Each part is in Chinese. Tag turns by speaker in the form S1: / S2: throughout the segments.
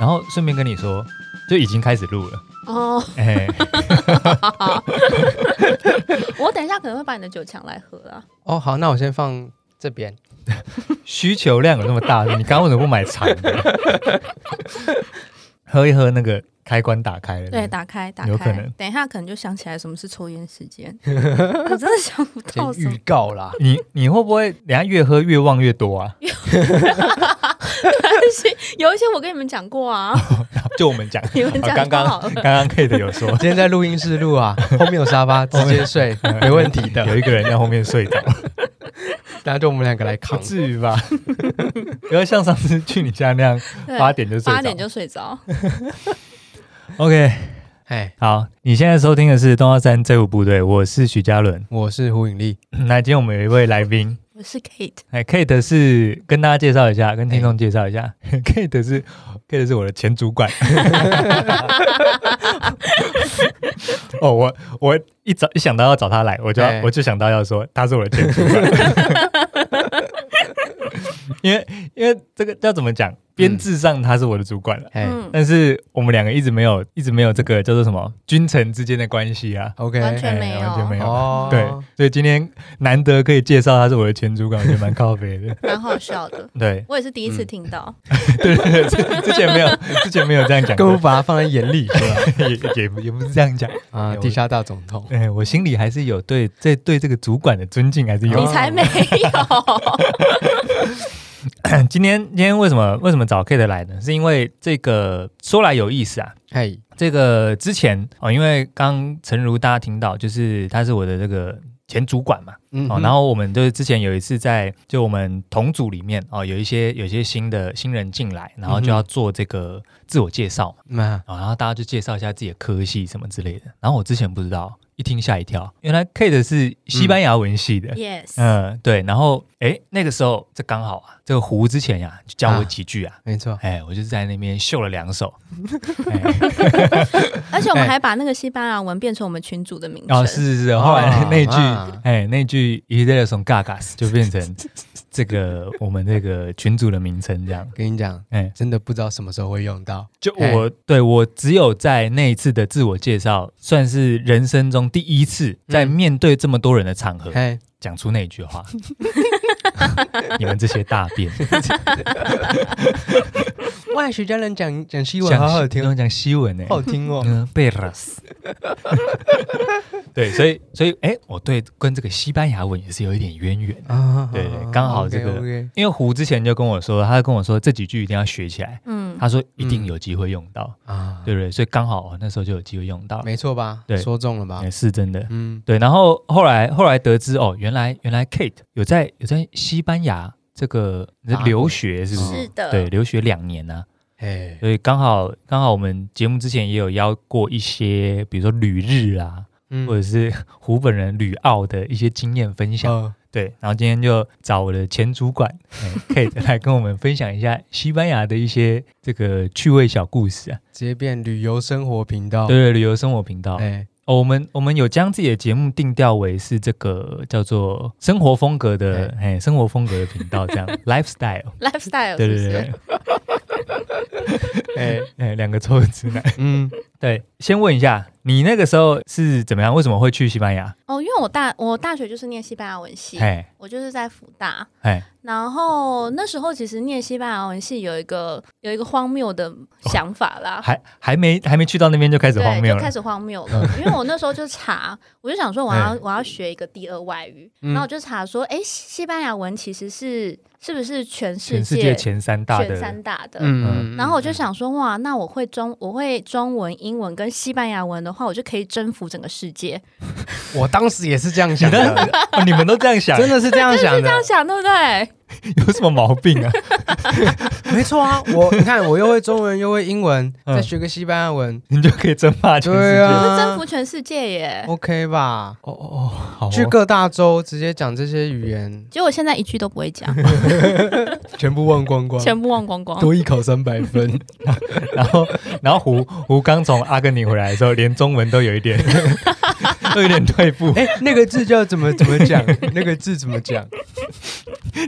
S1: 然后顺便跟你说，就已经开始录了。
S2: 哦，
S1: 哎、
S2: 我等一下可能会把你的酒抢来喝啊。
S3: 哦，好，那我先放这边。
S1: 需求量有那么大，你刚刚为什么不买长的？ 喝一喝，那个开关打开了。
S2: 对，打开打
S1: 有可
S2: 开
S1: 能，
S2: 等一下可能就想起来什么是抽烟时间， 我真的想不
S3: 先
S2: 到什么
S3: 预。告 啦，
S1: 你你会不会等下越喝越忘越多 啊？
S2: 但是 有一些我跟你们讲过啊，
S1: 就我们讲，
S2: 你们讲
S1: 刚刚
S2: 就好了
S1: 刚刚 Kate 有说，
S3: 今天在录音室录啊，后面有沙发，直接睡，没问题的。
S1: 有一个人在后面睡 着，
S3: 大家就我们两个来
S1: 不
S3: 扛。
S1: 至于吧？ 不要像上次去你家那样，
S2: 对
S1: 八点就睡着。
S2: 八点就睡着。
S1: OK。
S3: 哎，
S1: 好，你现在收听的是《东幺三追捕部队》，我是许嘉伦。
S3: 我是胡颖丽，
S1: 那今天我们有一位来宾，
S2: 我是 Kate，
S1: 哎，Kate 是跟大家介绍一下，跟听
S3: 哎
S1: 众介绍一下、k a t e 是 Kate 是我的前主管。 哦，我我一早一想到要找他来，我就要、
S3: 哎
S1: 我就想到要说他是我的前主管， 因为因为这个要怎么讲，
S3: 嗯
S1: 编制上他是我的主管了。
S3: 哎
S2: 嗯，
S1: 但是我们两个一直没有，一直没有这个叫做什么君臣之间的关系啊，
S3: ，OK，
S2: 完全没有
S1: 哎完全没有。
S3: 哦，
S1: 对，所以今天难得可以介绍他是我的前主管，我觉得蛮靠北的。
S2: 蛮好笑的。
S1: 对
S2: 我也是第一
S1: 嗯
S2: 次听到，
S1: 对 对对，之之前没有，之前没有这样讲
S3: 根本
S1: 过
S3: 不，把它放在眼里
S1: 也也不也不是这样讲。
S3: 啊！地下大总统，
S1: 哎，我心里还是有对这对这个主管的尊敬，还是有啊
S2: 你
S3: 哦。
S2: 才没 有。
S1: 今天今天为什么为什么找 K 的来呢？是因为这个说来有意思啊，
S3: 哎，
S1: 这个之前哦，因为刚诚如大家听到，就是他是我的这个前主管嘛，
S3: 嗯
S1: 哦，然后我们就是之前有一次在就我们同组里面哦，有一些有一些新的新人进来，然
S3: 嗯
S1: 后就要做这个自我介绍嘛，
S3: 那
S1: 哦然后大家就介绍一下自己的科系什么之类的。然后我之前不知道，一听吓一跳，原来 Kate 是西班牙文系的。嗯
S2: Yes，
S1: 对，然后哎，那个时候这刚好啊，这个胡之前呀、就教我
S3: 啊
S1: 几句啊，
S3: 没错，
S1: 哎，我就在那边秀了两手，哎
S2: 而且我们
S3: 哎
S2: 还把那个西班牙文变成我们群组的名
S1: 然后
S2: 称。
S1: 哦是是是，后来
S3: 啊
S1: 那句
S3: 啊
S1: 哎，那句 i d e s o n gagas 就变成这个我们这个群组的名称这样。
S3: 跟你讲，
S1: 哎，
S3: 真的不知道什么时候会用到。
S1: 就我对我只有在那一次的自我介绍，算是人生中第一次在
S3: 嗯
S1: 面对这么多人的场合
S3: 哎，
S1: 讲出那句话。 你们这些大便，
S3: 哇，徐家人讲讲西文，
S1: 讲
S3: 好好
S1: 跟我
S3: 听，
S1: 讲西文呢、
S3: 好听哦。
S1: 嗯，贝拉斯。对，所以所以哎，我对跟这个西班牙文也是有一点渊源。
S3: 啊
S1: 对对刚好这个
S3: OK，OK
S1: 因为胡之前就跟我说，他跟我说这几句一定要学起来，
S2: 嗯，
S1: 他说一定有机会用到，
S3: 啊，
S1: 对不对？所以刚好哦我那时候就有机会用到，
S3: 没错吧？
S1: 对
S3: 说中了吧
S1: 也？是真的。
S3: 嗯，
S1: 对，然后后来后来得知哦，原来原来 Kate 有在有在西班牙这个
S3: 法国
S1: 留学，是不是？
S2: 是的，
S1: 对，留学两年呢、
S3: 哎，
S1: 所以刚好刚好我们节目之前也有邀过一些，比如说旅日啊，
S3: 嗯
S1: 或者是 胡本人旅澳的一些经验分享。
S3: 哦
S1: 对，然后今天就找我的前主管、嗯 Kate 来跟我们分享一下西班牙的一些这个趣味小故事啊，
S3: 直接变旅游生活频道。
S1: 对对，旅游生活频道。
S3: 哎，
S1: 哦，我们我们有将自己的节目定调为是这个叫做生活风格的，哎，生活风格的频道这 样，lifestyle。
S2: lifestyle，
S1: 对
S2: 是不
S1: 对
S2: 是
S1: 对，
S3: 哎，
S1: 哎，两个臭直 男。
S3: 嗯，
S1: 对，先问一下，你那个时候是怎么样？为什么会去西班牙？
S2: 哦，因为我大我大学就是念西班牙文系，
S1: 哎
S2: 我就是在福大，
S1: 哎，
S2: 然后那时候其实念西班牙文系有一个有一个荒谬的想法啦。
S1: 还还没还没去到那边就哦 开始荒
S2: 对，
S1: 谬
S2: 就
S1: 了嗯
S2: 开。始荒谬了， 因为我那时候就查，我就想说我要我要学一个第二外语，
S3: 嗯
S2: 然后我就查说，哎，西班牙文其实是是不是全世
S1: 全世界
S2: 界
S1: 前三大
S2: 全
S1: 的，
S2: 三大的？
S3: 嗯
S2: 然后我就想说，哇，那我会中我会中文、英文跟西班牙文的话，我就可以征服整个世界。
S3: 我当时也是这样
S1: 你
S3: 想
S1: 们、
S3: 的，
S1: 哦你们都这样 想，
S3: 真的是这样想
S2: 这样
S3: 的，
S2: 想对不对？
S1: 有什么毛病啊？
S3: 没错啊。我你看，我又会中文，又会英文，
S1: 嗯
S3: 再学个西班牙文
S1: 你就可以争霸全世界。
S3: 对啊
S2: 是
S1: 嗯
S2: 征服全世界耶！
S3: ，OK 吧？
S1: 哦哦哦，好哦
S3: 去各大洲直接讲这些语言，
S2: 结果现在一句都不会 讲，
S3: 全部忘光光，
S2: 全部忘光光。
S3: 多一考三百 分。
S1: 然后，然后胡胡刚从阿根廷回来的时候，连中文都有一点， 都有点退步。
S3: 哎，那个字叫怎么怎么讲？那个字怎么讲？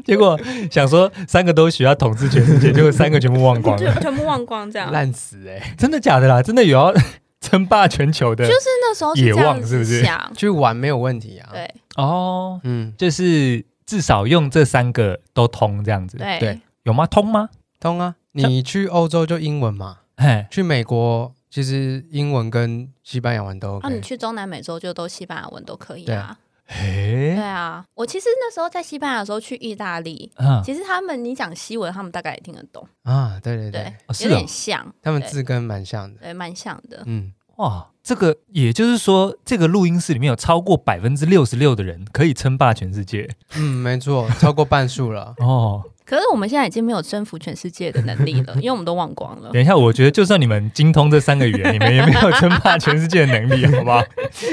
S1: 结果想说三个都学要统治全世界，结果三个全部忘光
S4: 就
S1: 了，
S4: 全部忘光
S2: 啊
S4: 这样。
S3: 烂死哎、欸！
S1: 真的假的啦？真的有要 称霸全球的
S2: 就是那时候是
S1: 野
S2: 这样
S1: 望是
S2: 子
S1: 不是
S2: 想，
S3: 去玩没有问题啊。，
S2: 对
S1: 哦，
S3: 嗯，
S1: 就是至少用这三个都通这样子，
S2: 对啊
S3: 对
S1: 有吗？通吗？
S3: 通啊。你去欧洲就英文嘛，
S1: 嘿，
S3: 去美国其实英文跟西班牙文都
S2: 啊，你
S3: OK。
S2: 去中南美洲就都西班牙文都可以
S3: 对
S2: 啊
S3: 啊。
S2: 对
S1: 嘿，
S2: 啊，我其实那时候在西班牙的时候去意大利，
S1: 嗯，
S2: 其实他们你讲西文，他们大概也听得懂，
S3: 啊，对对
S2: 对
S3: 对，，
S1: 哦是
S2: 有
S1: 哦
S2: 点像，
S3: 他们
S2: 对
S3: 字根蛮像的。
S2: 对，蛮像的。
S3: 嗯，
S1: 哦哇，这个也就是说，这个录音室里面有超过百分之六十六的人可以称霸全世界。
S3: 嗯，没错，超过半数了
S1: 哦。
S2: 可是我们现在已经没有征服全世界的能力
S3: 嗯
S2: 了，因为我们都忘光了。
S1: 等一下，我觉得就算你们精通这三个语言，你们也没有称霸全世界的能力，好不好？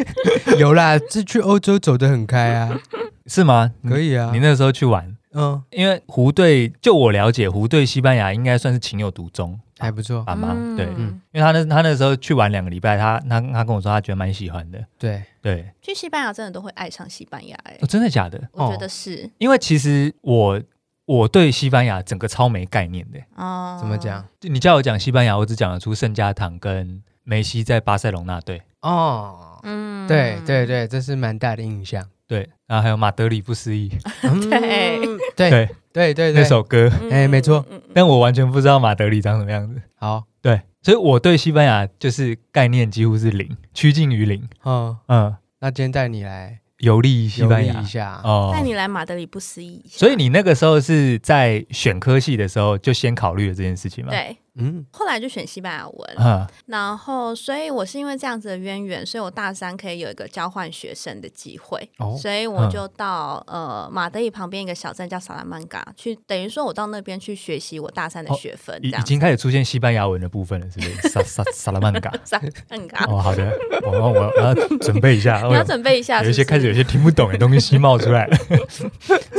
S3: 有啦，这去欧洲走得很开啊，
S1: 是吗？
S3: 可
S1: 以、
S3: 以啊
S1: 你。那时候去玩，
S3: 嗯，
S1: 因为胡队，就我了解，胡队西班牙应该算是情有独钟，
S3: 还不错。
S1: 爸妈、
S2: 嗯
S1: 对，因为他那他那时候去玩两个礼拜，他他他跟我说他觉得蛮喜欢的，
S3: 对，
S1: 对，
S2: 去西班牙真的都会爱上西班牙、哎、
S1: 哦、真的假的？
S2: 我觉得是
S1: 因为其实我我对西班牙整个超没概念的，
S2: 哦。
S3: 怎么讲？？
S1: 就你叫我讲西班牙，我只讲得出圣家堂跟梅西在巴塞隆纳队，
S3: 哦，
S2: 嗯
S3: 对对，对，这是蛮大的印象。
S1: 对，然后还有马德里不思议
S3: 嗯
S2: 对
S3: 对
S1: 哎对
S3: 对对
S1: 那
S3: 对，
S1: 首歌，
S2: 嗯
S3: 哎没错。
S2: 嗯嗯嗯
S1: 但我完全不知道马德里长什么样子，
S3: 好，
S1: 对，所以我对西班牙就是概念几乎是零，趋近于零，
S3: 嗯，
S1: 嗯，
S3: 那今天带你 来
S1: 游历西
S3: 游
S1: 班
S3: 历
S1: 牙
S3: 一下。
S1: 哦
S2: 带、。你来马德里不思议一下。
S1: 所以你那个时候是在选科系的时候就先考虑了这件事情吗？，啊
S2: 对，
S3: 嗯，
S2: 后来就选西班牙文，
S1: 嗯，
S2: 然后所以我是因为这样子的渊源，所以我大三可以有一个交换学生的机会。
S3: 哦，
S2: 所以我
S1: 嗯
S2: 就到、呃马德里旁边一个小镇叫萨拉曼嘎去，等于说我到那边去学习我大三的
S1: 哦
S2: 学分，
S1: 已
S2: 这样
S1: 已
S2: 子。
S1: 经开始出现西班牙文的部分了，是不是？萨萨萨拉曼嘎。
S2: 萨拉曼嘎，
S1: 哦，好的，我我我我要准备一下，
S2: 你
S1: 我
S2: 要准备一下
S1: 有一
S2: 是
S1: 些
S2: 不
S1: 开始
S2: 是
S1: 有一些听不懂的东西冒出来。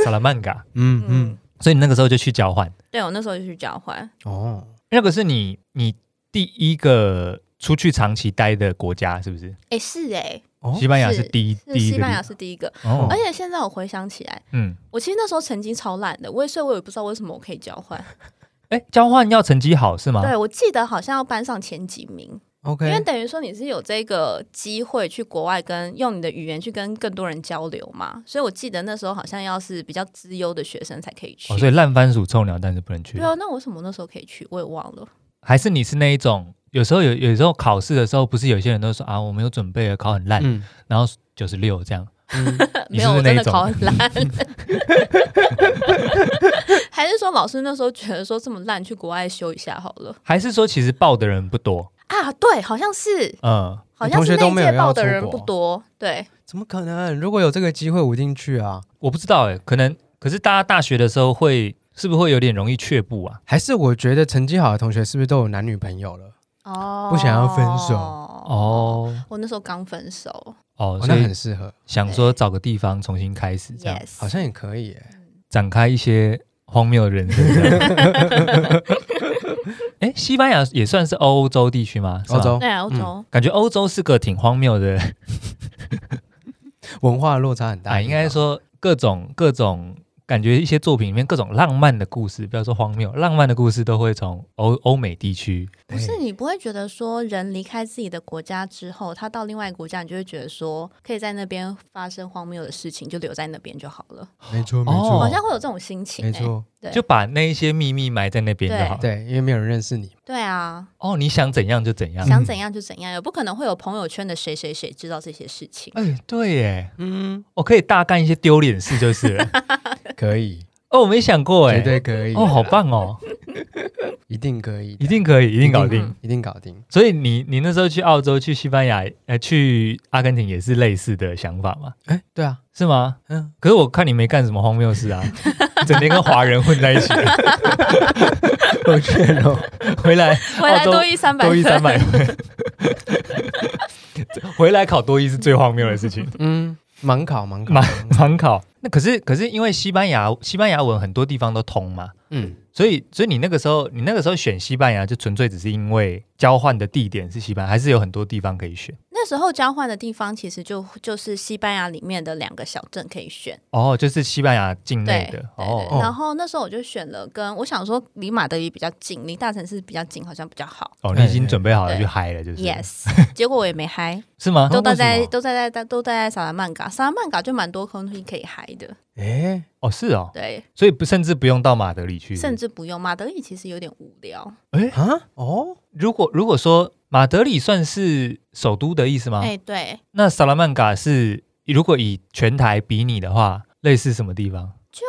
S1: 萨拉曼嘎，
S3: 嗯
S2: 嗯
S3: 嗯，，
S1: 所以你那个时候就去交换，
S2: 对我那时候就去交换，
S3: 哦，
S1: 那个是你你第一个出去长期待的国家，是不是？
S2: 哎、是哎、
S3: 哦
S1: 西班牙
S2: 是
S1: 是第一
S2: 是
S1: 第一
S2: 西
S1: 个
S2: 班
S1: 地
S2: 牙
S1: 方，
S2: 是第一个，
S1: 哦
S2: 而，且现在我回想起来，
S1: 嗯，
S2: 我其实那时候成绩超烂的，我也所以我也不知道为什么我可以交换。
S1: 哎，交换要成绩好是吗？
S2: 对，我记得好像要班上前几名，因为
S3: OK，
S2: 等于说你是有这个机会去国外跟用你的语言去跟更多人交流嘛，所以我记得那时候好像要是比较资优的学生才可以去。
S1: 哦，所以烂番薯臭鸟蛋是不能去
S2: 对
S1: 的，
S2: 啊，那为什么那时候可以去？我也忘 了。
S1: 还是你是那一种？有时候有有时候考试的时候，不是有些人都说啊，我没有准备了，考很烂，
S3: 嗯
S1: 然后九十六这样。
S3: 嗯，
S1: 你是
S2: 没有，
S1: 不是那
S2: 我真
S1: 一
S2: 的考
S1: 种？
S2: 很烂。 还是说老师那时候觉得说这么烂，去国外修一下好了
S1: 还是说其实报的人不多？
S2: 啊？对，好像是，
S1: 嗯，
S2: 好像
S3: 同
S2: 是
S3: 学
S2: 那
S3: 都
S2: 一
S3: 没有
S2: 届
S3: 要
S2: 报的
S3: 出
S2: 人
S3: 国啊
S2: 不多。对，
S3: 怎么可能？如果有这个机会，我一定去啊。
S1: 我不知道哎、可能可是大家大学的时候会是不是会有点容易却步啊？
S3: 还是我觉得成绩好的同学是不是都有男女朋友了？
S2: 哦
S3: 不想要分手
S2: 哦。
S1: 哦
S2: 我那时候刚分手
S1: 哦，
S3: 哦，
S1: 所
S3: 那
S1: 以
S3: 很适合，
S1: 想说找个地方重新开始，这样
S2: ，yes，
S3: 好像也可以耶。
S1: 展开一些荒谬的人生这样。 哎，西班牙也算是欧洲地区吗？是吗
S3: 欧洲
S2: 对啊，欧洲
S1: 感觉欧洲是个挺荒谬的，
S3: 文化落差很大，
S1: 啊，应该说各种各种。感觉一些作品里面各种浪漫的故事，不要说荒谬，浪漫的故事都会从欧欧美地区
S2: 不是你不会觉得说人离开自己的国家之后，他到另外一个国家，你就会觉得说可以在那边发生荒谬的事情，就留在那边就好了，
S3: 没错没
S1: 哦
S2: 好
S3: 错
S2: 像会有这种心情、欸。
S3: 没，错，
S2: 对
S1: 就把那一些秘密埋在那边就好了。
S3: 对，因为没有人认识你。
S2: 对啊，
S1: 哦，你想怎样就怎样。
S2: 想怎样就怎样，也不可能会有朋友圈的谁谁谁知道这些事情。
S1: 哎、对耶，
S3: 嗯，
S1: 我可以大干一些丢脸事就是了。
S3: 可以，
S1: 哦，我没想过哎
S3: 绝，对可以，啊
S1: 哦，好棒哦，
S3: 一定可以的，
S1: 一定可以，一定搞
S2: 一
S1: 定。
S2: 定
S3: 一定搞定。
S1: 所以你你那时候去澳洲、去西班牙、呃，去阿根廷也是类似的想法嘛？
S3: 哎，对啊，
S1: 是吗？
S3: 嗯，
S1: 可是我看你没干什么荒谬事 啊，你整天跟华人混在一起，
S3: 我觉得
S1: 回来
S2: 回来
S1: 澳洲
S2: 多一三百
S1: 哦多一
S2: 分，
S1: 三百分，回来考多一是最荒谬的事 情。
S3: 嗯，盲考盲考，
S1: 盲参考。那可是可是因为西班牙西班牙文很多地方都通嘛，
S3: 嗯，
S1: 所以所以你那个时候你那个时候选西班牙就纯粹只是因为交换的地点是西班牙，还是有很多地方可以选
S2: 那时候交换的地方其实就就是西班牙里面的两个小镇可以选，
S1: 哦，就是西班牙境内
S2: 对
S1: 的
S2: 对
S1: 哦
S2: 对
S1: 哦
S2: 然后那时候我就选了跟我想说离马德里比较近，离大城市比较近，好像比较好。
S1: 哦，你已经准备好了
S2: 对
S1: 就嗨了，就是
S2: Yes，结 果我也没嗨，
S1: 是吗？
S2: 都待
S3: 为什
S2: 在
S3: 么
S2: 都待在都待在萨拉曼卡，萨拉曼卡就蛮多空气可以嗨的，
S3: 哎，
S1: 哦，是哦，
S2: 对，
S1: 所以不甚至不用到马德里去，
S2: 甚至不用马德里，其实有点无聊。
S3: 啊，哦，
S1: 如果如果说马德里算是首都的意思吗？
S2: 哎、对，
S1: 那萨拉曼卡是如果以全台比拟的话，类似什么地方？
S2: 就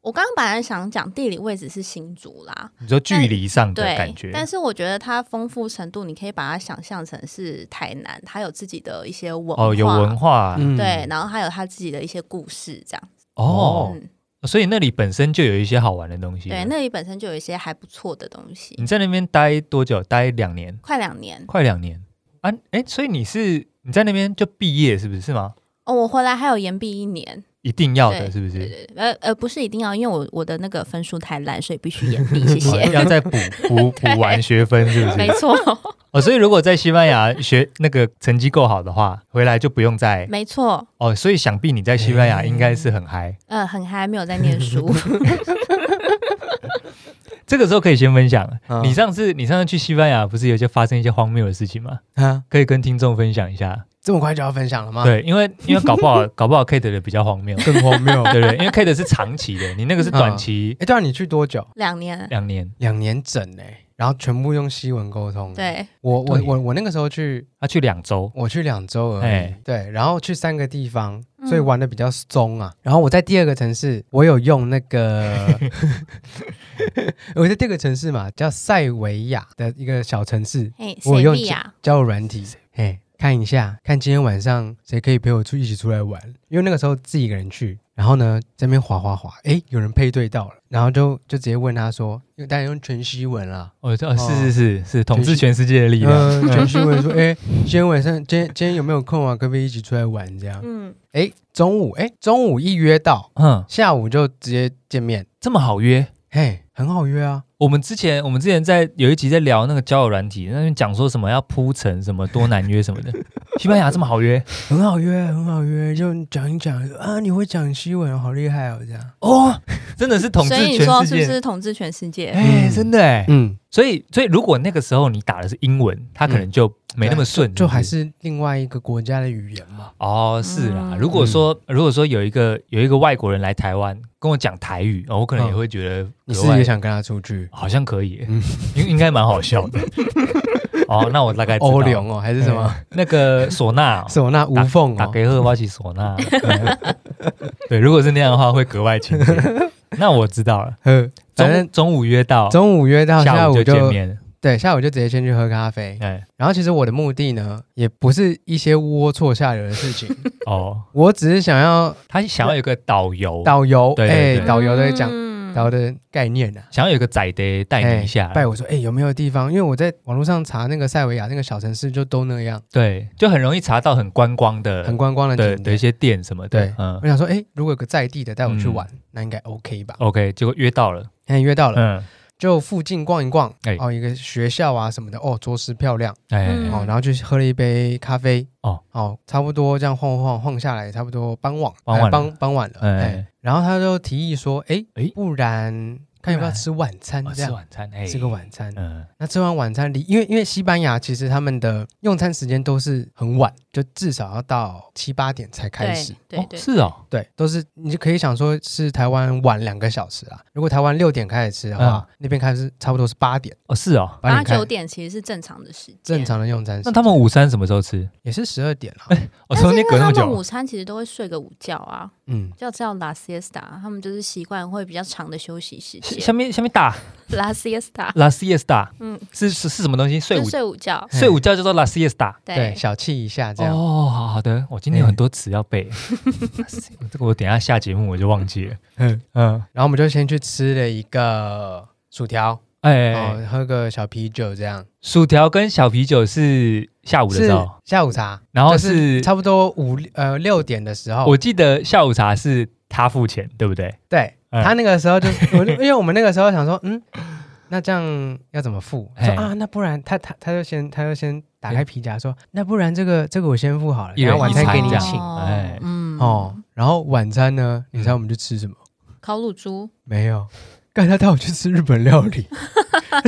S2: 我刚刚本来想讲地理位置是新竹啦，
S1: 你说距离上的
S2: 对
S1: 嗯感觉，，
S2: 但是我觉得它丰富程度，你可以把它想象成是台南，它有自己的一些文化，
S1: 哦，有文化、
S3: 嗯
S2: 对，，然后还有它自己的一些故事这样。
S1: 哦，
S2: 嗯，
S1: 所以那里本身就有一些好玩的东西。
S2: 对，那里本身就有一些还不错的东西。
S1: 你在那边待多久？待两年，
S2: 快两年
S1: 快两年啊！哎，所以你是你在那边就毕业是不是？是吗？
S2: 哦，我回来还有延毕一年，
S1: 一定要的，
S2: 对
S1: 是不
S2: 对
S1: 是？
S2: 对，对呃呃，不是一定要，因为我我的那个分数太烂，所以必须延毕，谢
S1: 哦
S2: 谢。
S1: 要再 补补补完学分，是不
S2: 没
S1: 是？
S2: 错，
S1: 哦，所以如果在西班牙学那个成绩够好的话，回来就不用再
S2: 没错，
S1: 哦，所以想必你在西班牙应该是很嗨。
S2: 呃，很嗨，没有在念 书。
S1: 这个时候可以先分享，
S3: 嗯
S1: 你上次你上次去西班牙不是有些发生一些荒谬的事情吗？
S3: 啊，
S1: 可以跟听众分享一下。
S3: 这么快就要分享了吗？，
S1: 对，因为因为搞不好搞不好 Kate 的比较荒谬，
S3: 更荒 谬。
S1: 对不对？因为 Kate 是长期的，你那个是短期
S3: 哎，对啊，你去多久？
S2: 两年，
S1: 两年，
S3: 两年整哎，然后全部用西文沟通。，
S2: 对，
S3: 我我
S1: 对
S3: 我我那个时候去，
S1: 他去两周，
S3: 我去两周而已
S1: 哎。
S3: 对，然后去三个地方，
S2: 嗯
S3: 所以玩的比较松啊。然后我在第二个城市，我有用那个， 我在第二个城市嘛，叫塞维亚的一个小城市，
S2: 嘿，
S3: 我
S2: 谁啊
S3: 用
S2: 毕呀？
S3: 交友软体，嘿，看一下，看今天晚上谁可以陪我出一起出来玩。因为那个时候自己一个人去，然后呢这边滑滑滑，诶，有人配对到了，然后就就直接问他说，因为当然用全西文啦，
S1: 哦，这
S3: 哦
S1: 哦是是是是统
S3: 就
S1: 治
S3: 是
S1: 全世界的力量，
S3: 嗯，全西文说，诶，今天晚上今天今天有没有空啊？可不可以一起出来玩？这样，
S2: 嗯，
S3: 诶，中午诶，中午一约到，
S1: 嗯，
S3: 下午就直接见面，
S1: 这么好约。
S3: 嘿，很好约啊，
S1: 我们之前我们之前在有一集在聊那个交友软体，那边讲说什么要铺陈什么多难约什么 的，西班牙这么好约
S3: 很好约，很好约，就讲一讲啊，你会讲西文，好厉害哦，这样，
S1: 哦，真的是统治
S2: 所以你
S1: 全
S2: 说
S1: 世
S2: 是不
S1: 界。
S2: 是统治全世界？
S1: 哎、
S3: 嗯
S1: 真的哎、
S3: 嗯。
S1: 所以所以如果那个时候你打的是英文，它可能就没那么顺、
S3: 就还
S1: 是
S3: 是另外一个国家的语言嘛。
S1: 哦，是啦。
S2: 嗯
S1: 如果说、如果说有一个有一个外国人来台湾跟我讲台语，哦，我可能也会觉得
S3: 嗯你
S1: 格
S3: 是
S1: 外、
S3: 也想跟他出去
S1: 好像可以、
S3: 嗯
S1: 应应该蛮好笑 的。哦，那我大概知道哎
S3: 欧龙哦，还是什么？
S1: 那个唢呐、哦。
S3: 什么那无缝
S1: 打
S3: 哦？
S1: 给赫挖起唢呐， 对，如果是那样的话，会格外亲切。 那我知道了，
S3: 呃，反正
S1: 中中午约到，
S3: 中午约到
S1: 下
S3: 下
S1: 午
S3: 午
S1: 就见
S3: 就
S1: 面。
S3: 对，下午就直接先去喝咖啡。
S1: 哎，
S3: 然后其实我的目的呢，也不是一些龌龊下流的事 情，
S1: 哦，
S3: 我只是想要
S1: 他想要有个导游，
S3: 导游，
S1: 对对
S3: 哎，
S1: 对
S3: 导游的讲
S2: 嗯
S3: 导游的概念啊。
S1: 想要有个仔的带你一下
S3: 哎，拜我说，哎，有没有地方？因为我在网络上查那个塞维亚那个小城市，就都那样，
S1: 对，就很容易查到很观光的、
S3: 很观光的
S1: 的
S3: 景
S1: 的一
S3: 点。
S1: 些店什么的。
S3: 对
S1: 嗯
S3: 我想说，哎，如果有个在地的带我去
S1: 嗯
S3: 玩，那应该 OK 吧？
S1: ，OK，结果约到了，
S3: 哎，约到了，
S1: 嗯，
S3: 就附近逛一逛，
S1: 哎
S3: 哦，一个学校啊什么的，哦，着实漂亮，
S1: 哎
S2: 嗯，
S3: 哦，然后去喝了一杯咖啡，
S1: 哦，
S3: 哦，差不多这样晃晃晃下来，差不多傍晚，
S1: 傍晚
S3: 哎傍傍晚了，
S1: 哎
S3: 哎，然后他就提议说，哎
S1: 哎
S3: 不然看要不要吃晚餐
S1: 哦
S3: 这
S1: 吃
S3: 样，
S1: 晚餐，哎，
S3: 吃个，晚餐。
S1: 嗯，
S3: 那吃完晚餐离，因为因为西班牙其实他们的用餐时间都是很晚，就至少要到七八点才开始。
S2: 对对
S1: 哦
S2: 对，
S1: 是哦，
S3: 对，都是你就可以想说是台湾晚两个小时啊。如果台湾六点开始吃的话，
S1: 嗯
S3: 那边开始差不多是八点，
S1: 哦是哦，
S2: 八
S3: 点开
S2: 九点其实是正常的时间，
S3: 正。常的用餐时
S1: 那
S3: 间。
S1: 他们午餐什么时候吃？
S3: 也是十二点啦。
S1: 哦，
S2: 但是
S1: 中
S2: 因为
S1: 间隔那
S2: 他
S1: 么
S2: 们
S1: 久
S2: 午，餐其实都会睡个午觉啊，
S3: 嗯，
S2: 叫叫 la siesta，他们就是习惯会比较长的休息时
S1: 下下
S2: 间。
S1: 面下面打
S2: la siesta，
S1: La Siesta，
S2: 嗯，
S1: 是是是什么东西？睡
S2: 就
S1: 午
S2: 是睡午觉。
S1: 睡午觉叫做 La Siesta。
S3: 对，
S2: 对，
S3: 小憩一下这样。
S1: 哦，好好的，嗯我今天有很多词要背， 这个我等一下下节目我就忘记了。
S3: 嗯，
S1: 嗯，
S3: 然后我们就先去吃了一个薯条，
S1: 哎，
S3: 哦，喝个小啤酒这样。
S1: 薯条跟小啤酒是下午的
S3: 是
S1: 时候，
S3: 下午茶，
S1: 然后
S3: 就是差不多五呃六点的时候
S1: 我，记得下午茶是他付钱，对不对？
S3: 对
S1: 嗯
S3: 他那个时候就我就因为我们那个时候想说，嗯，那这样要怎么付？
S1: 嘿
S3: 说啊，那不然他他他就先他就先打开皮夹说，那不然这个这个我先付好了，
S1: 一
S3: 然
S1: 人
S3: 后晚餐给你
S1: 一餐
S3: 请
S1: 样哎
S2: 嗯，
S3: 哦，。然后晚餐呢，你
S1: 嗯
S3: 猜我们去吃什么？
S2: 烤乳猪，
S3: 没有，干他带我去吃日本料理。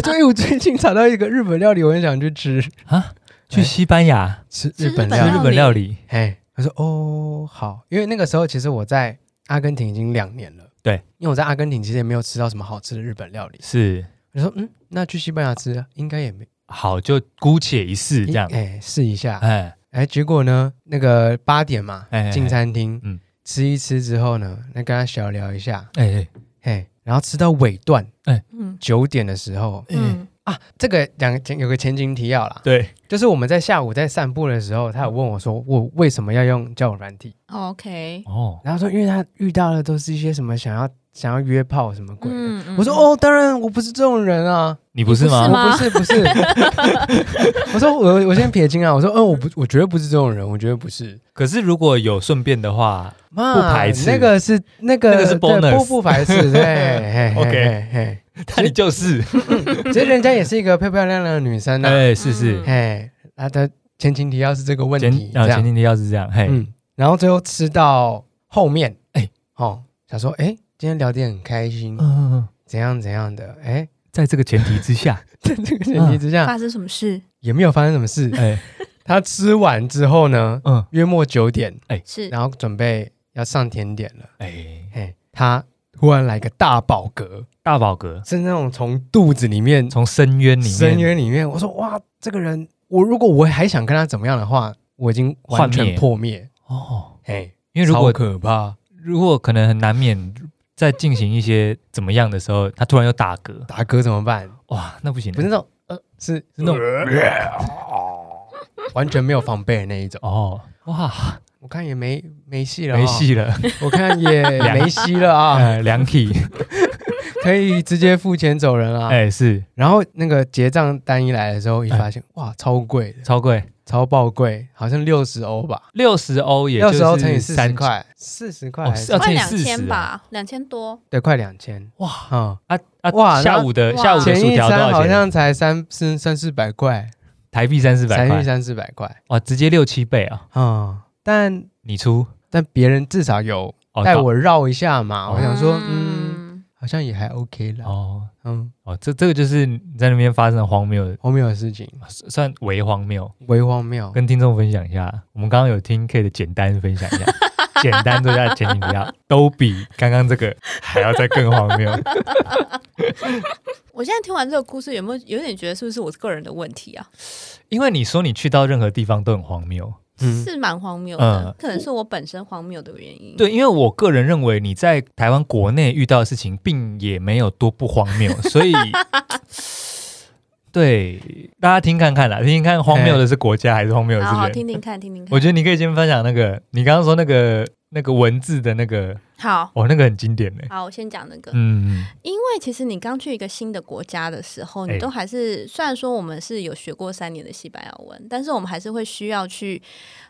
S3: 对，我最近查到一个日本料理，我很想去吃
S1: 啊，去西班牙
S3: 吃
S2: 吃
S3: 日本
S2: 日
S1: 吃
S3: 料
S2: 本
S3: 理
S1: 日。本料理，
S3: 哎，他说哦好，因为那个时候其实我在阿根廷已经两年了。
S1: 对，
S3: 因为我在阿根廷其实也没有吃到什么好吃的日本料理。
S1: 是
S3: 我说嗯，那去西班牙吃啊应该也没
S1: 好就姑且一试这样，
S3: 哎试一下。
S1: 哎
S3: 哎，结果呢，那个八点嘛
S1: 哎哎
S3: 进餐厅，
S1: 嗯
S3: 吃一吃之后呢，那跟他小聊一下，
S1: 哎哎
S3: 嘿，然后吃到尾段
S2: 嗯
S3: 九点的时候，
S1: 哎，
S2: 嗯
S3: 啊，这个两个前有个前情提要啦，
S1: 对，
S3: 就是我们在下午在散步的时候，他有问我说，我为什么要用交友软体？
S2: ，OK，
S1: 哦，
S3: 然后说，因为他遇到的都是一些什么想要想要约炮什么鬼的。
S2: 嗯嗯
S3: 我说
S2: 嗯
S3: 哦，当然我不是这种人啊，
S1: 你不是
S2: 是
S1: 吗？
S2: 吗
S3: 我不是不是。 我说我我先撇清啊，我说嗯，我不我绝对不是这种人，我绝对不是。
S1: 可是如果有顺便的话，
S3: 妈
S1: 不排斥
S3: 那个是那个
S1: 那个是
S3: 对
S1: bonus
S3: 不不 排斥，对嘿嘿
S1: OK
S3: 嘿
S1: 那你就是，
S3: 嘿其实人家也是一个漂漂亮亮的女生呢、
S1: 哎，是是，
S2: 嗯
S3: 哎，啊，他前情提要是这个问
S1: 前
S3: 题，
S1: 啊
S3: 这
S1: 前
S3: 样，
S1: 提提要是这样，嘿，
S3: 嗯，然后最后吃到后面，
S1: 哎
S3: 哎，哦，想说，哎，今天聊天很开心，
S1: 嗯嗯，
S3: 怎样怎样的，哎，
S1: 在这个前提之 下，
S3: 在这个前提之下
S2: 发生什么事？
S3: 也没有发生什么事。
S1: 哎
S3: 他吃完之后呢，
S1: 嗯
S3: 约莫九点，
S2: 是
S3: 然后准备要上甜点了，
S1: 哎，
S3: 哎，他突然来个大饱嗝，
S1: 大饱嗝
S3: 是那种从肚子里面、
S1: 从深渊里面
S3: 深渊里面，我说哇，这个人，我如果我还想跟他怎么样的话，我已经完
S1: 幻
S3: 全
S1: 灭
S3: 破灭，
S1: 哦，
S3: 哎。
S1: 因为如果
S3: 超可怕，
S1: 如果可能很难免在进行一些怎么样的时候，他突然又打嗝，
S3: 打嗝怎么办？
S1: 哇，那不行，
S3: 不是那种呃，是是那
S1: 那
S3: 种
S1: 种
S3: 完全没有防备的那一种。
S1: 哦，哇，
S3: 我看也没没戏了、啊
S1: 没， 戏了，
S3: 我看也 没戏了啊，
S1: 哎，凉体，
S3: 可以直接付钱走人啊。
S1: 哎，是
S3: 然后那个结账单一来的时候，一发现、哇，超贵的，
S1: 超贵，
S3: 超爆贵，好像六十欧吧，
S1: 六十欧也就
S3: 六
S1: 是
S3: 十欧乘以四十
S1: 30，
S3: 块，四十块
S1: 哦
S3: 还是、
S1: 要乘
S2: 快
S1: 以
S2: 两
S1: 40
S2: 千
S1: 啊
S2: 吧，两千多，
S3: 对，快两千
S1: 哇
S3: 啊。
S1: 啊啊！
S3: 哇
S1: 下
S3: 那
S1: 午的
S2: 哇
S1: 下午的
S3: 前
S1: 薯
S3: 一
S1: 条
S3: 餐
S1: 多少
S3: 好
S1: 钱？
S3: 像才三三三四百块，
S1: 台币三四百
S3: 才
S1: 块
S3: 一，三四百块
S1: 哇，直接六七倍啊！
S3: 啊、但
S1: 你出
S3: 但别人至少有
S1: 哦，
S3: 带
S1: 到
S3: 我绕一下嘛。我想说，嗯，
S2: 嗯，
S3: 好像也还 OK 啦。
S1: 哦
S3: 嗯，
S1: 哦，这这个就是你在那边发生的荒谬，
S3: 后面有事情，
S1: 算为荒谬。
S3: 为荒谬。
S1: 跟听众分享一下，我们刚刚有听 K 的简单分享一下， 简单做一下前情提要，都比刚刚这个还要再更荒谬。
S2: 我现在听完这个故事，有没有有点觉得是不是我个人的问题啊？
S1: 因为你说你去到任何地方都很荒谬，
S3: 嗯
S2: 是蛮荒谬的，
S1: 嗯
S2: 可能是我本身荒谬的原因。
S1: 对，因为我个人认为你在台湾国内遇到的事情，并也没有多不荒谬，所以对大家听看看啦，听听看荒谬的是国家还是荒谬的
S2: 好好
S1: 是
S2: 听
S1: 人。
S2: 听看，听听看。
S1: 我觉得你可以先分享那个你刚刚说那个那个文字的那个，
S2: 好
S1: 哦，那个很经典呢。
S2: 好，我先讲那个，
S1: 嗯，
S2: 因为其实你刚去一个新的国家的时候，
S1: 哎
S2: 你都还是、虽然说我们是有学过三年的西班牙文，但是我们还是会需要去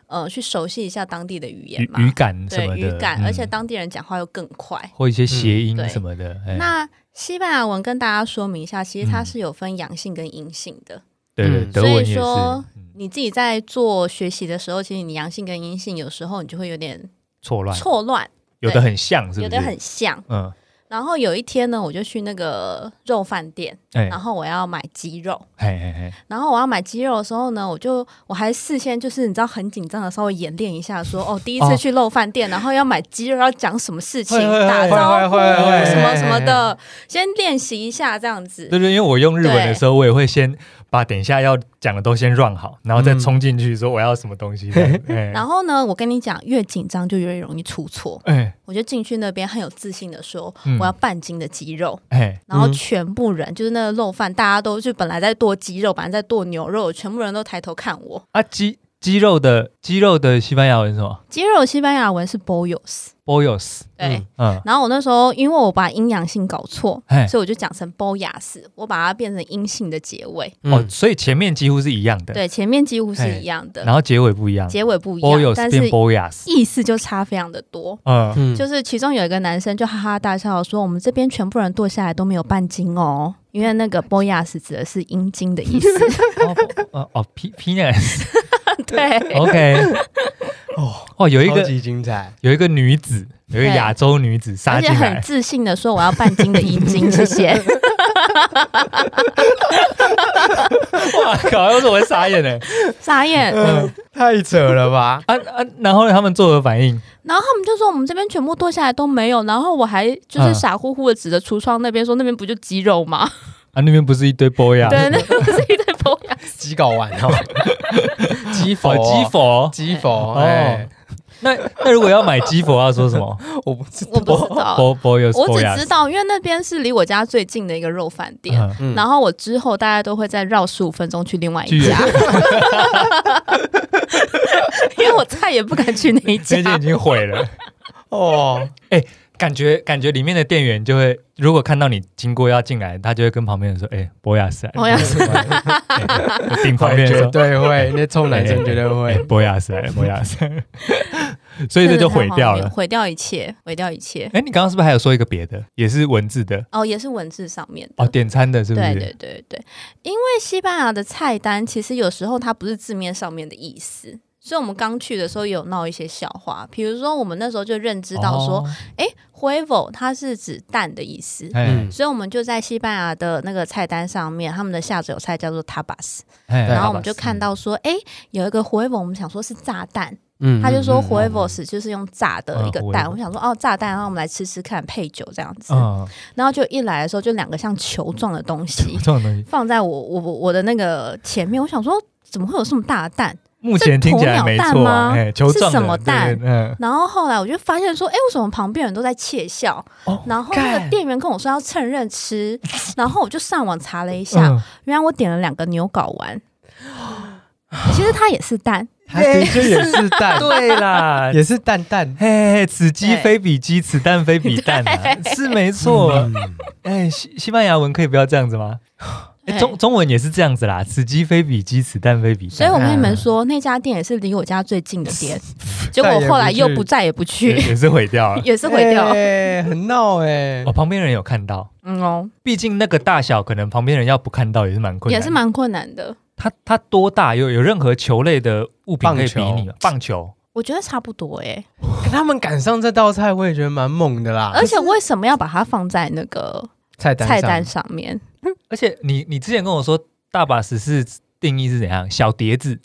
S2: 呃去熟悉一下当地的语言
S1: 语
S2: 嘛，
S1: 语感什
S2: 对
S1: 么的，
S2: 语感，
S1: 嗯
S2: 而且当地人讲话又更快。
S1: 或一些谐音
S2: 嗯对
S1: 什么的。哎
S2: 那西班牙文跟大家说明一下，其实它
S1: 嗯
S2: 是有分阳性跟阴性的。
S1: 对对，
S3: 嗯
S1: 德文也
S2: 所以
S1: 是。
S2: 说
S1: 嗯
S2: 你自己在做学习的时候，其实你阳性跟阴性有时候你就会有点
S1: 错乱，
S2: 错乱，
S1: 有的很像，是不是？
S2: 有的很像。
S1: 嗯，
S2: 然后有一天呢，我就去那个肉饭店，
S1: 哎
S2: 然后我要买鸡肉。
S1: 哎哎哎，
S2: 然后我要买鸡肉的时候呢，我就我还事先就是你知道很紧张的稍微演练一下说，哦第一
S1: 哦
S2: 次去肉饭店，然后要买鸡肉要讲什么事情
S1: 会会，会
S2: 打招呼
S3: 会会会
S2: 什么什么的，先练习一下这样子。
S1: 对对，因为我用日文的时候，我也会先把等一下要讲的都先 run 好，然后再冲进去说我要什么东西这样。 哎
S2: 然后呢，我跟你讲，越紧张就越容易出错。
S1: 哎
S2: 我就进去那边很有自信的说，
S1: 嗯
S2: 我要半斤的鸡肉。
S1: 哎
S2: 然后
S3: 嗯
S2: 全部人、就是那个肉贩，大家都就本来在剁鸡肉，本来在剁牛肉，全部人都抬头看我。
S1: 啊，鸡鸡肉的鸡肉的西班牙文是什么
S2: 鸡肉西班牙文是 bollos，
S1: ？Boyos，
S2: 对。
S3: 嗯
S1: 嗯，
S2: 然后我那时候因为我把阴阳性搞错，
S1: 哎
S2: 所以我就讲成 bollas，我把它变成阴性的结尾。
S1: 哦，
S3: 嗯
S1: 所以前面几乎是一样的，
S2: 对，前面几乎
S1: 哎
S2: 是一样的，
S1: 然后结尾不一样
S2: 结尾不一样，
S1: ，Boyos
S2: 但
S1: 变
S2: 是
S1: Boyas，
S2: 意思就差非常的多。
S1: 嗯，
S3: 嗯
S2: 就是其中有一个男生就哈哈大笑地说：“我们这边全部人剁下来都没有半斤哦，因因为那个 boyas 指的是阴茎的意思。
S1: 哦哦哦，P penis，OK，
S2: 对，
S3: 哦，
S1: 哦，有一
S3: 超
S1: 个
S3: 级精彩，
S1: 有一个女子，有一个
S2: 对
S1: 亚洲女子杀
S2: 而且
S1: 进
S2: 很
S1: 来，
S2: 自信的说我要半斤的阴茎，谢谢。
S1: 哇靠！又是我傻眼嘞
S2: 傻眼。
S3: 嗯，太扯了吧？
S1: 啊啊！然后呢，他们作何反应？
S2: 然后他们就说我们这边全部剁下来都没有，然后我还就是
S1: 嗯
S2: 傻乎乎的指着橱窗那边说那边不就鸡肉吗？
S1: 啊，那边不是一堆 boy 啊，
S2: 对，那 不是一堆博 雅。
S3: 鸡睾丸哦，鸡佛，
S1: 哦，鸡，佛。
S3: 鸡佛，
S1: 哦
S3: 哎，
S1: 那那如果要买鸡佛，要说什 么？
S3: 我不知
S2: 我
S3: 道，
S2: 不知道，
S1: boy boy 有
S2: 我
S1: boy
S2: 只
S1: 啊
S2: 知？道，因为那边是离我家最近的一个肉饭店。
S1: 嗯
S3: 嗯
S2: 然后我之后大概都会再绕十五分钟去另外
S1: 去
S2: 一家， 因为我再也不敢去那 一
S1: 那件
S2: 家
S1: 已。经毁了。
S3: 哦，
S1: 感觉感觉里面的店员就会，如果看到你经过要进来，他就会跟旁边人说：“哎、博雅斯来了，
S2: 博雅
S1: 斯来了。哎”我顶旁边人
S3: 绝
S1: 说
S3: 对会，那臭男生绝对：“
S1: 哎、
S3: 会，
S1: 博雅斯 来了，博雅斯来了。”所以这就毁掉
S2: 真的太荒谬
S1: 了。
S2: 毁掉一切，毁掉一切。
S1: 哎、你刚刚是不是还有说一个别的，也是文字的
S2: 哦，也是文字上面的
S1: 哦？点餐的是不是？
S2: 对对对对，因为西班牙的菜单其实有时候它不是字面上面的意思，所以我们刚去的时候也有闹一些笑话，比如说我们那时候就认知到说，
S1: 哦，
S2: 诶 h u e v o 它是指蛋的意思。
S1: 哎
S3: 嗯
S2: 所以我们就在西班牙的那个菜单上面，他们的下酒菜叫做 tapas，
S1: 哎，
S2: 然后
S3: tapas，
S2: 我们就看到说，诶，有一个 h u e v o 我们想说是炸弹，
S3: 嗯
S2: 他就说 h u e
S3: 回
S2: v o 是就是用炸的一个
S1: 嗯
S2: 蛋，
S1: ，huevo
S2: 我们想说哦炸蛋，然后我们来吃吃看配酒这样子，
S1: 嗯，
S2: 然后就一来的时候就两个像球状的东西
S1: 这，种东西，
S2: 放在我我我我的那个前面，我想说怎么会有这么大 的蛋？
S1: 目前听起来没
S2: 鸵鸟蛋
S1: 错啊，
S2: 吗
S1: 哎，球状的
S2: 是什么蛋
S1: 对嗯，
S2: 然后后来我就发现说，哎、为什么旁边人都在窃笑？
S1: 哦
S2: 然后那
S1: 干
S2: 个店员跟我说要趁热 吃，然后我就上网查了一下，
S1: 嗯
S2: 原来我点了两个牛睾丸， 其实它也 是蛋，
S3: 他的确也 是蛋，
S1: 对 啦，
S3: 也是蛋蛋，
S1: 嘿嘿，此鸡
S2: 对
S1: 非彼鸡，此蛋非彼蛋啊， 是没错。
S3: 嗯
S2: 嗯
S1: 哎，西西班牙文可以不要这样子 吗？哎，
S2: 对
S1: 中中文也是这样子啦，此鸡非彼鸡，此蛋非彼蛋。哎
S2: 所以我跟你们说，
S1: 啊
S2: 那家店也是离我家最近的 店，结果我后来又不再也不
S1: 也
S2: 去，
S1: 也是毁掉 了。
S2: 也是毁掉。
S3: 哎，很闹哎
S1: 我、，旁边人有看到，
S2: 嗯哦，
S1: 毕竟那个大小，可能旁边人要不看到也是蛮困难。
S2: 也是，蛮困难的。
S1: 它它多大？有有任何球类的物品可以比
S3: 棒球
S1: 拟吗？棒球，
S2: 我觉得差不多哎、
S3: 他们赶上这道菜，我也觉得蛮猛的
S1: 啊
S3: 啦，
S2: 而且为什么要把它放在那个
S3: 菜单
S2: 菜
S3: 上
S2: 单上面？
S1: 而且你你之前跟我说，大把十是定义是怎样？小碟子、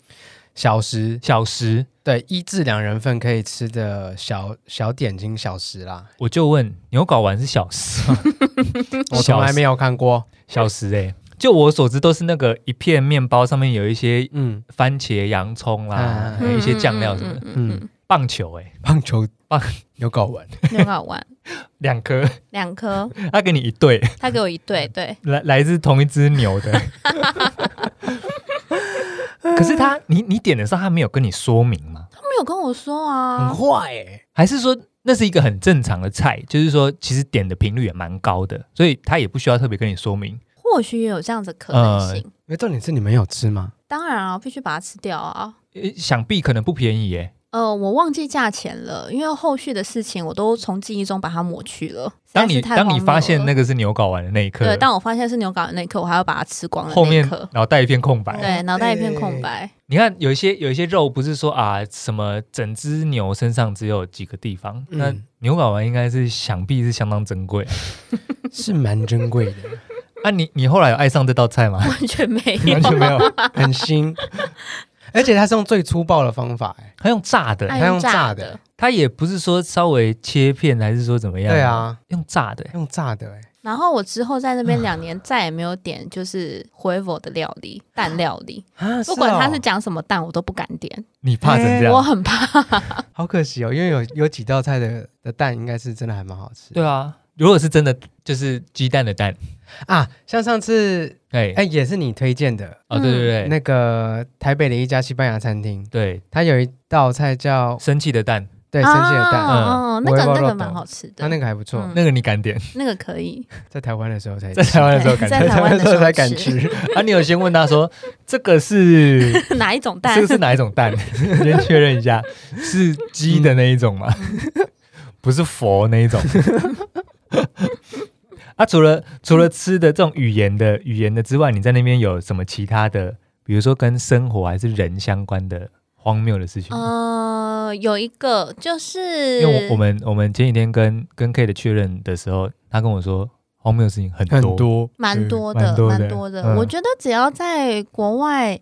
S3: 小食，
S1: 小食，
S3: 对，一至两人份可以吃的小小点心小食 啦，
S1: 我就问牛睾丸是小食吗？
S3: 我从来没有看过。
S1: 小食哎、就我所知都是那个一片面包上面有一些
S3: 嗯，
S1: 番茄、洋葱啦，
S3: 嗯
S1: 还有一些酱料什么的。
S2: 嗯
S3: 嗯
S2: 嗯嗯
S1: 棒球哎、
S3: 棒球
S1: 棒
S2: 啊
S3: 有搞完，
S2: 嗯牛睾丸
S1: 两颗，
S2: 两颗，
S1: 他给你一对，
S2: 他给我一
S1: 嗯
S2: 对，对，
S1: 来来自同一只牛 的。可是他，你你点的时候，他没有跟你说明吗？
S2: 他没有跟我说
S1: 嗯
S2: 啊，
S3: 坏哎。
S1: 还是说那是一个很正常的菜？就是说，其实点的频率也蛮高的，所以他也不需要特别跟你说明。
S2: 或许也有这样子可能
S1: 呃
S2: 性。
S3: 因为重点是你们有吃吗？
S2: 当然啊，必须把它吃掉啊。
S1: 呃想必可能不便宜耶、
S2: 呃，我忘记价钱了，因为后续的事情我都从记忆中把它抹去了。
S1: 当你
S2: 实在是太
S1: 当你
S2: 荒谬
S1: 发现
S2: 了
S1: 那个是牛睾丸的那一刻，
S2: 对，当我发现是牛睾丸那一刻，我还要把它吃光的
S1: 后
S2: 那一
S1: 面
S2: 刻，
S1: 脑袋一片空白。
S2: 对，脑袋一片空白。
S1: 你看，有一些有一些肉不是说啊，什么整只牛身上只有几个地方，
S3: 嗯
S1: 那牛睾丸应该是想必是相当珍贵
S3: 是蛮珍贵的，
S1: 啊你。你后来有爱上这道菜吗？
S2: 完全没有
S3: 完，全 没有，很新。而且它是用最粗暴的方法，哎，
S1: 他用炸的，
S2: 爱
S3: 他用炸
S2: 炸
S3: 的，
S1: 他也不是说稍微切片还是说怎么样，
S3: 对，啊，
S1: 用炸的、
S3: 用炸的，哎，
S2: 然后我之后在那边两年再也没有点就是回 u 的料理蛋料理，
S3: 啊，
S2: 不管
S3: 哦
S2: 它是讲什么蛋，我都不敢点，
S1: 你怕成这样？
S2: 哎我很怕。
S3: 好可惜哦，因为有有几道菜的的蛋应该是真的还蛮好吃
S1: 对啊，如果是真的，就是鸡蛋的蛋，
S3: 啊。像上次，
S1: 哎、
S3: 哎，也是你推荐的
S1: 哦，对对对，
S3: 那个台北的一家西班牙餐厅，
S1: 对
S3: 它有一道菜叫
S1: 生气的蛋，
S3: 对
S2: 啊
S3: 生气的蛋，
S2: 哦，哦那
S3: 嗯
S2: 个
S3: 我也不知道
S2: 那个
S3: 懂
S2: 蛮好吃的，
S3: 它那个还不错
S2: 嗯，
S1: 那个你敢点？
S2: 那个可以。
S3: 在台湾的时候才
S1: 在台湾的时候
S2: 对
S1: 敢
S2: 在
S1: 点
S2: 台湾的时候
S3: 才敢
S2: 吃
S3: 吃。
S1: 啊？你有先问他 说这个是
S2: 哪一种
S1: 这
S2: 蛋
S1: 个？是哪一种蛋？ 先确认一下，是鸡
S2: 嗯
S1: 的那一种吗？不是佛那一种。啊，那、除了除了吃的这种语言的语言的之外，你在那边有什么其他的，比如说跟生活还是人相关的荒谬的事情吗？
S2: 呃，有一个就是，
S1: 因为我我们我们前几天跟跟 K 的确认的时候，他跟我说荒谬的事情很多，
S3: 很多
S2: 蛮
S3: 对
S2: 多
S1: 蛮
S2: 的，
S1: 多的
S2: 蛮多的。
S1: 嗯
S2: 我觉得只要在国外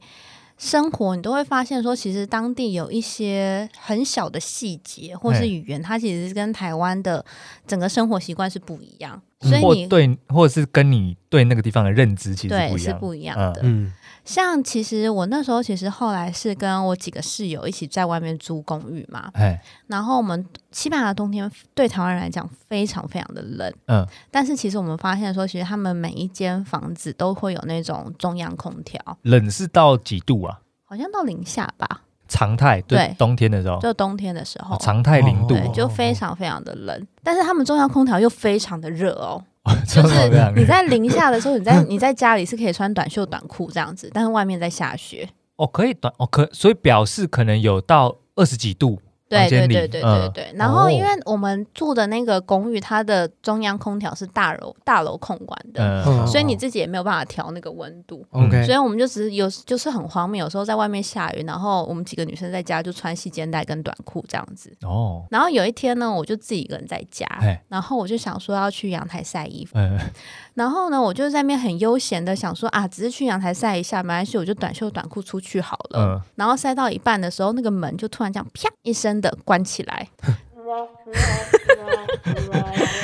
S2: 生活，你都会发现说，其实当地有一些很小的细节或
S1: 嘿
S2: 是语言，它其实是跟台湾的整个生活习惯是不一样，所以
S1: 嗯或
S2: 你
S1: 对，或者是跟你对那个地方的认知其实
S2: 对
S1: 不一
S2: 是
S1: 样，
S2: 不一样
S1: 嗯
S2: 的。
S3: 嗯
S2: 像其实我那时候其实后来是跟我几个室友一起在外面租公寓嘛，
S1: 哎，
S2: 然后我们西班牙的冬天对台湾人来讲非常非常的冷，
S1: 嗯，
S2: 但是其实我们发现说，其实他们每一间房子都会有那种中央空调，
S1: 冷是到几度啊？
S2: 好像到零下吧，
S1: 常态对
S2: 对
S1: 冬天的时候，
S2: 就冬天的时候
S1: 哦，常态零度，
S2: 对，就非常非常的冷，但是他们中央空调又非常的热哦，
S1: 就
S2: 就是
S1: 这样
S2: 你在零下的时候，你在你在家里是可以穿短袖短裤这样子，但是外面在下雪，
S1: 哦，可以短哦，可所以表示可能有到二十几度，
S2: 对
S1: 房
S2: 对
S1: 间里
S2: 对对对
S1: 嗯
S2: 对。然后因
S1: 哦
S2: 为我们住的那个公寓，它的中央空调是大楼大楼控管的，
S1: 嗯，
S3: 嗯
S2: 所以你自己也没有办法调那个温度。
S3: ，OK，
S2: 所以我们就只是有就是很荒谬，有时候在外面下雨，然后我们几个女生在家就穿细肩带跟短裤这样子。
S1: 哦，
S2: 然后有一天呢，我就自己一个人在家
S1: 嘿，
S2: 然后我就想说要去阳台晒衣服，
S1: 嗯，
S2: 然后呢，我就在那边很悠闲的想说啊，只是去阳台晒一下，没关系，我就短袖短裤出去好了。
S1: 嗯
S2: 然后塞到一半的时候，那个门就突然这样啪一声的关起来，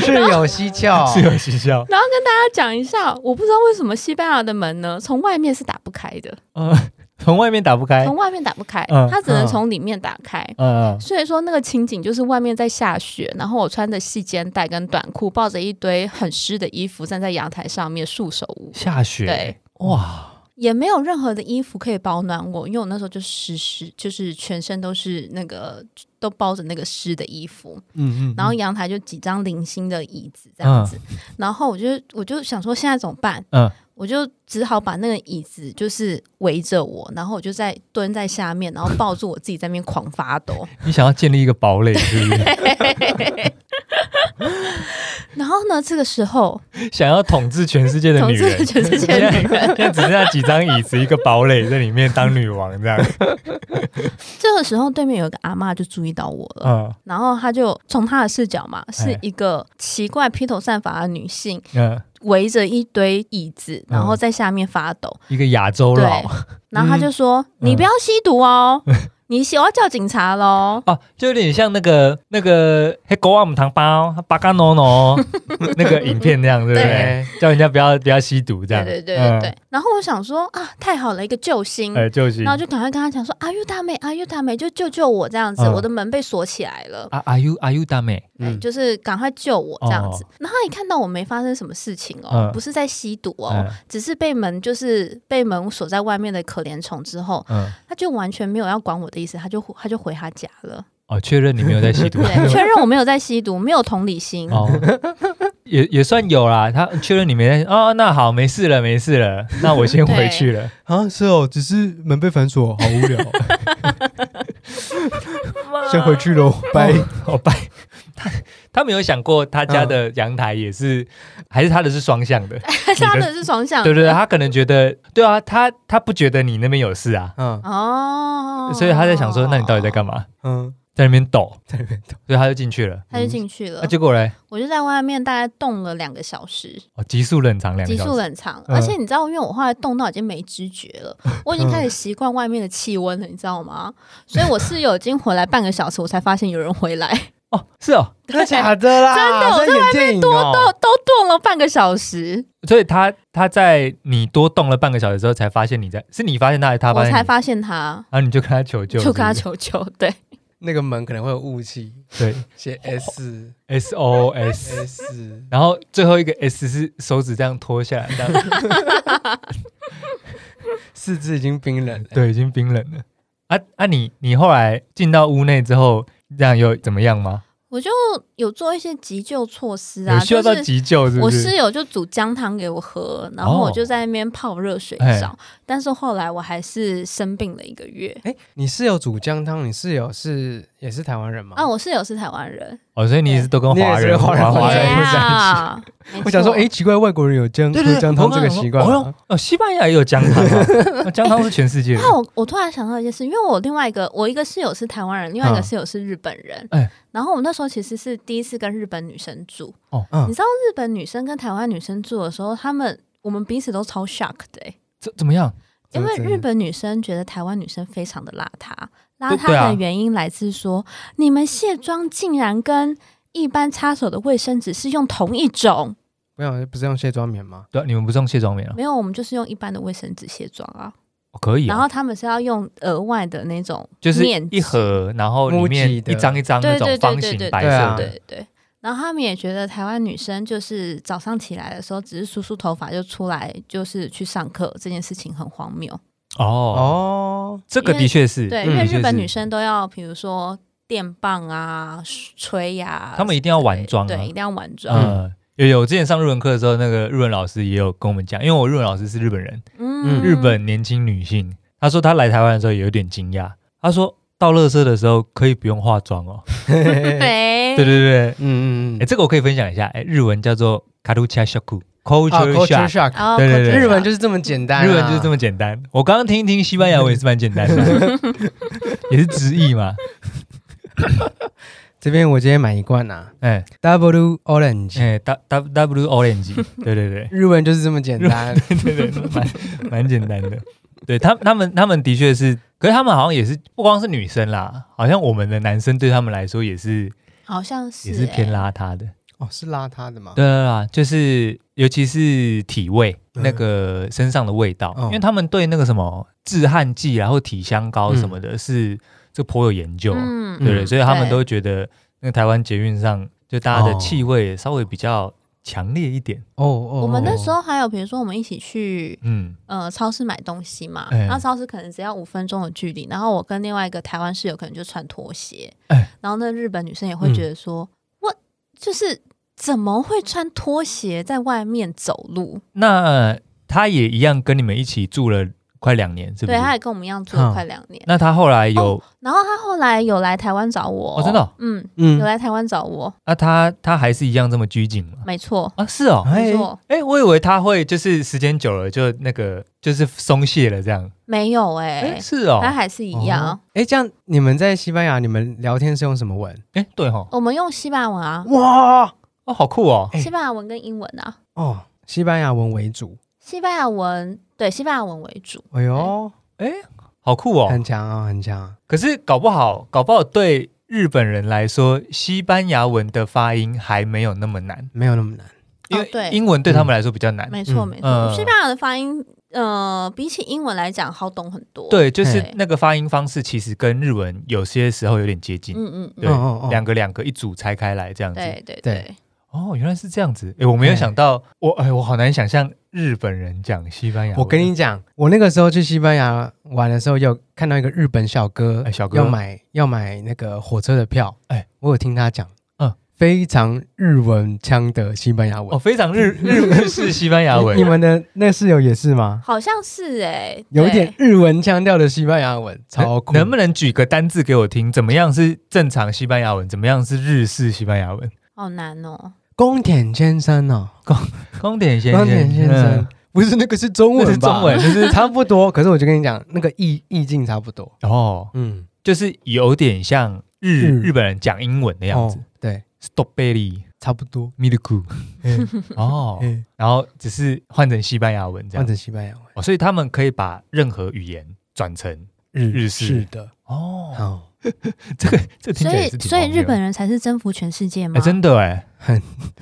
S3: 是有蹊跷，
S1: 是有蹊跷，
S2: 然后跟大家讲一下，我不知道为什么西班牙的门呢，从外面是打不开的，
S1: 嗯，从外面打不开，
S2: 从外面打不开，
S1: 哎嗯
S2: 它只能从里面打开。
S1: 嗯，嗯
S2: 所以说那个情景就是外面在下雪，然后我穿着细肩带跟短裤，抱着一堆很湿的衣服站在阳台上面束手无策，
S1: 下雪，
S2: 对，
S1: 哇，
S2: 也没有任何的衣服可以保暖我，因为我那时候就湿湿，就是全身都是那个都包着那个湿的衣服。
S3: 嗯嗯，
S2: 然后阳台就几张零星的椅子这样子，然后我就我就想说现在怎么办？
S1: 嗯
S2: 我就只好把那个椅子就是围着我，然后我就在蹲在下面，然后抱住我自己在那边狂发抖。
S1: 你想要建立一个堡垒，是 不是？
S2: 然后呢，这个时候
S1: 想要统治全世界的
S2: 统
S1: 女
S2: 治
S1: 人，
S2: 全世界的女 人
S1: 现在只剩下几张椅子，一个堡垒在里面当女王 这样，
S2: 这个时候对面有一个阿嬷就注意到我了，
S1: 嗯
S2: 然后她就从她的视角嘛，是
S1: 哎
S2: 一个奇怪披头散发的女性
S1: 嗯，
S2: 围着一堆椅子，然后在下面发抖，
S1: 一个亚洲
S2: 对
S1: 佬，
S2: 然后她就说：“
S1: 嗯
S2: 你不要吸毒 哦，你吸我要叫警察喽。”
S1: 哦，就有点像那个那个黑狗碗糖包巴嘎诺诺 那个影片那样，对不对
S3: 对？
S1: 叫人家不要不要吸毒这
S2: 对
S1: 样，
S2: 对对对
S1: 嗯
S2: 对。然后我想说啊，太好了，一个救星。
S1: 哎，就是
S2: 然后就赶快跟她讲说：“阿尤大美，阿尤大美，就救救我这样子，
S1: 嗯
S2: 我的门被锁起来了。”
S1: 啊，Are you Are you 大妹？
S2: 哎，
S3: 嗯
S2: 就是赶快救我这样子。
S1: 哦
S2: 然后一看到我没发生什么事情哦，
S1: 嗯
S2: 不是在吸毒哦，
S1: 嗯
S2: 只是被门就是被门锁在外面的可怜虫之后，
S1: 嗯，
S2: 他就完全没有要管我的意思，他就他就回他家了，
S1: 哦，确认你没有在吸毒，
S2: 对，确认我没有在吸毒，没有同理心。
S1: 哦，也也算有啦。他确认你没在，哦，那好，没事了，没事了，那我先回去 了。
S3: 啊是哦，只是门被反锁，好无聊， 先回去喽， 拜。
S1: 哦，拜。他他没有想过他家的阳台也是，还是他的是双向的，
S2: 但是他的是双向
S1: 对对对，他可能觉得，对啊，他他不觉得你那边有事啊，
S3: 嗯
S2: 哦，
S1: 所以他在想说，那你到底在干嘛？
S3: 嗯，
S1: 在那边抖，
S3: 在那边等。
S1: 所以他就进去了。
S2: 他就进去了
S1: 嗯那、，结果嘞，
S2: 我就在外面大概冻了两个小时，
S1: 哦，急速冷藏两个
S2: 急
S1: 小
S2: 速
S1: 时，
S2: 冷藏。
S1: 嗯嗯
S2: 而且你知道，因为我后来冻到已经没知觉了，我已经开始习惯外面的气温了，你知道吗？所以我室友已经回来半个小时，我才发现有人回来，
S1: 哦，是哦，
S3: 真的假的啦？
S2: 真的我
S3: 在演电影
S2: 都
S3: 哦。
S2: 都冻了半个小时，
S1: 所以他他在你多动了半个小时之后，才发现你在，是你发现他，还是他发
S2: 我
S1: 现你？
S2: 才发现他，
S1: 然后你就跟他求救，
S2: 就跟他
S1: 是
S2: 求救，对。
S3: 那个门可能会有雾气，
S1: 不是，
S3: 写 S
S1: 对，SOS，
S3: S，
S1: 然后最后一个 S 是手指这样脱下来，这 样
S3: 四肢已经冰冷了。
S1: 对，已经冰冷了。啊啊你，你后来进到屋内之后，这样又怎么样吗？
S2: 我就有做一些急救措施
S1: 有
S2: 啊，
S1: 需要到
S2: 就是
S1: 急救是
S2: 我
S1: 不是？哦
S2: 室友就煮姜汤给我喝，然后我就在那边泡热水澡。但是后来我还是生病了一个月，
S3: 哎，你室友煮姜汤，你室友是也是台湾人吗？
S2: 啊，我室友是台湾人，
S1: 哦，所以你也是都跟
S3: 你也
S1: 华
S3: 是
S1: 人、
S3: 华人
S1: 华
S3: 人
S1: 人
S3: 不
S1: 混
S3: 是
S1: 在一起。
S2: Yeah，没
S3: 我想
S2: 错
S3: 说，哎，奇怪，外国人有姜
S1: 对
S3: 喝
S1: 对，
S3: 姜汤这个习惯啊
S1: 我刚
S3: 吗
S1: 刚，哦，西班牙也有姜汤啊，那姜汤是全世 界的。
S2: 那我我突然想到一件事，因为我另外一个我一个室友是台湾人，另外一个
S1: 嗯
S2: 室友是日本人。
S1: 哎
S2: 然后我们那时候其实是第一次跟日本女生住。
S1: 哦
S3: 嗯
S2: 你知道日本女生跟台湾女生住的时候，她们我们彼此都超 shock 的、欸，
S1: 怎怎么样？
S2: 因为
S3: 真的
S2: 日本女生觉得台湾女生非常的邋遢，邋
S1: 对
S2: 遢
S1: 对啊
S2: 的原因来自说、你们卸妆竟然跟一般擦手的卫生纸是用同一种，
S3: 不想不是用卸妆棉吗？
S1: 对啊，你们不是用卸妆棉啊？
S2: 没有，我们就是用一般的卫生纸卸妆啊，
S1: 哦可以
S2: 然
S1: 啊，
S2: 后他们是要用额外的那种
S1: 就是
S2: 面
S1: 一
S2: 纸
S1: 盒，然后里面
S3: 木质的
S1: 一张一张那
S2: 对
S1: 种
S2: 对对
S1: 方
S2: 对
S1: 形
S2: 对
S1: 白
S3: 对啊
S1: 色的，
S2: 对对。然后他们也觉得台湾女生就是早上起来的时候只是梳梳头发就出来，就是去上课这件事情很荒谬。
S1: 哦，
S3: 哦，
S1: 这个的确是，
S2: 对，
S3: 嗯
S2: 因为
S1: 的确
S2: 日本
S1: 是
S2: 女生都要比如说电棒啊、吹呀、
S1: 她们一定要晚妆啊
S2: 对，一定要晚妆。
S1: 嗯，有有，我之前上日文课的时候，那个日文老师也有跟我们讲，因为我日文老师是日本人，
S2: 嗯，
S1: 日本年轻女性，她说她来台湾的时候也有点惊讶，她说到乐色的时候可以不用化妆哦。
S3: 对，
S2: 对
S1: 对对对，
S3: 嗯嗯
S1: 哎，
S3: 嗯，
S1: 这个我可以分享一下，哎，日文叫做卡路恰小库啊 culture
S3: Ah, ，culture
S1: shock，
S3: shock，
S2: 然后
S1: 对对对
S2: culture
S3: 啊日文
S2: shock
S3: 就是这么简单啊，
S1: 日文就是这么简单。我刚刚听一听西班牙文也是蛮简单 的，也是直译嘛，
S3: 这边我今天买一罐啊
S1: 哎
S3: ，Double Orange，
S1: 哎，w w orange，对对对。
S3: 日文就是这么简单，
S1: 对对，对，蛮蛮简单的。对他他们他们的确是，可是他们好像也是不光是女生啦，好像我们的男生对他们来说也是
S2: 好像是
S1: 也是哎偏
S2: 欸
S1: 邋遢的。
S3: 哦，是邋遢的嘛？
S1: 对啦啦，就是尤其是体味
S3: 嗯
S1: 那个身上的味道，
S3: 哦
S1: 因为他们对那个什么止汗剂然后体香膏什么的，是这颇有研究，啊
S2: 嗯
S1: 对对，所以他们
S2: 对
S1: 都觉得那个台湾捷运上就大家的
S3: 哦
S1: 气味稍微比较强烈一点，
S3: 哦哦，
S2: 我们那
S3: 哦
S2: 时候还有，比如说我们一起去
S1: 嗯，
S2: 呃超市买东西嘛，
S1: 哎
S2: 那超市可能只要五分钟的距离，然后我跟另外一个台湾室友可能就穿拖鞋，
S1: 哎嗯
S2: 然后那日本女生也会觉得说，我就是怎么会穿拖鞋在外面走路？
S1: 那他也一样跟你们一起住了快两年，是不
S2: 对，哦
S1: 是？
S2: 她也跟我们一样住了
S3: 嗯
S2: 快两年，
S1: 那他后来有，
S2: 然后她后来有来台湾找我，
S1: 哦真的哦
S2: 嗯，有
S3: 嗯，
S2: 来台湾找我，
S1: 那啊他他还是一样这么拘谨吗？
S2: 没错，
S1: 啊，是哦，
S2: 没错，
S1: 哎、我以为他会就是时间久了就那个就是松懈了这样，
S2: 没有
S1: 哎、
S2: 哎、
S1: 是哦，
S2: 她还是一样
S3: 哦。。哎，这样你们在西班牙，你们聊天是用什么文？
S1: 哎、对哦，
S2: 我们用西班牙文啊，
S3: 哇，
S1: 哦，好酷哦，
S3: 哎
S2: 西班牙文跟英文啊，
S3: 哦，西班牙文为主。
S2: 西班牙文对西班牙文为主。
S3: 哎呦，
S1: 哎、好酷哦
S2: 嗯
S3: 很。强啊，很强啊！
S1: 可是搞不好，搞不好对日本人来说，西班牙文的发音还没有那么难，
S3: 没有那么难。
S1: 因
S2: 哦
S1: 为
S2: 对
S1: 英文对他们来说比较难。
S2: 没错，
S3: 嗯
S2: 没错，
S1: 嗯
S2: 西班牙的发音，呃，比起英文来讲好懂很多。，
S1: 对，就是
S2: 嘿
S1: 那个发音方式，其实跟日文有些时候有点接近。
S2: 嗯嗯
S1: 对
S2: 嗯，
S3: 哦哦
S1: 两个两个一组拆开来这样子。
S2: 对对
S3: 对
S2: 对，
S1: 哦，原来是这样子。哎，我没有想到，我哎，我好难想象日本人讲西班牙文。
S3: 我跟你讲，我那个时候去西班牙玩的时候，有看到一个日本小哥，
S1: 哎小哥
S3: 要买要买那个火车的票，
S1: 哎
S3: 我有听他讲，
S1: 嗯
S3: 嗯，非常日文腔的西班牙文。
S1: 哦，非常日 日日式西班牙文
S3: 你。们的那室友也是吗？
S2: 好像是哎，
S3: 有一
S2: 对
S3: 点日文腔调的西班牙文，超酷。
S1: 能能不能举个单字给我听？怎么样是正常西班牙文？怎么样是日式西班牙文？
S2: 好难哦。
S3: 宫田先生哦，
S1: 宫田先生，
S3: 宫田先生
S1: 嗯，
S3: 不是那个是中
S1: 那 是
S3: 文吧？
S1: 中文，就是
S3: 差不多。可是我就跟你讲，那个意意境差不多。
S1: 哦，
S3: 嗯，
S1: 就是有点像日
S3: 日
S1: 日本人讲英文的样子
S3: 哦。对，
S1: Stop belly
S3: 差不多。
S1: milk 哦，
S3: 嗯，
S1: 然后只是换成西班牙文这
S3: 换
S1: 样。
S3: 成西班牙文，
S1: 哦，所以他们可以把任何语言转成
S3: 日
S1: 日式
S3: 式的。
S1: 哦
S3: 哦，
S1: 这个这听
S2: 所
S1: 起来
S2: 以
S1: 也是，挺
S2: 所以
S1: 荒谬
S2: 日本人才是征服全世界
S1: 哎、
S2: 吗？
S1: 真的哎，
S3: 很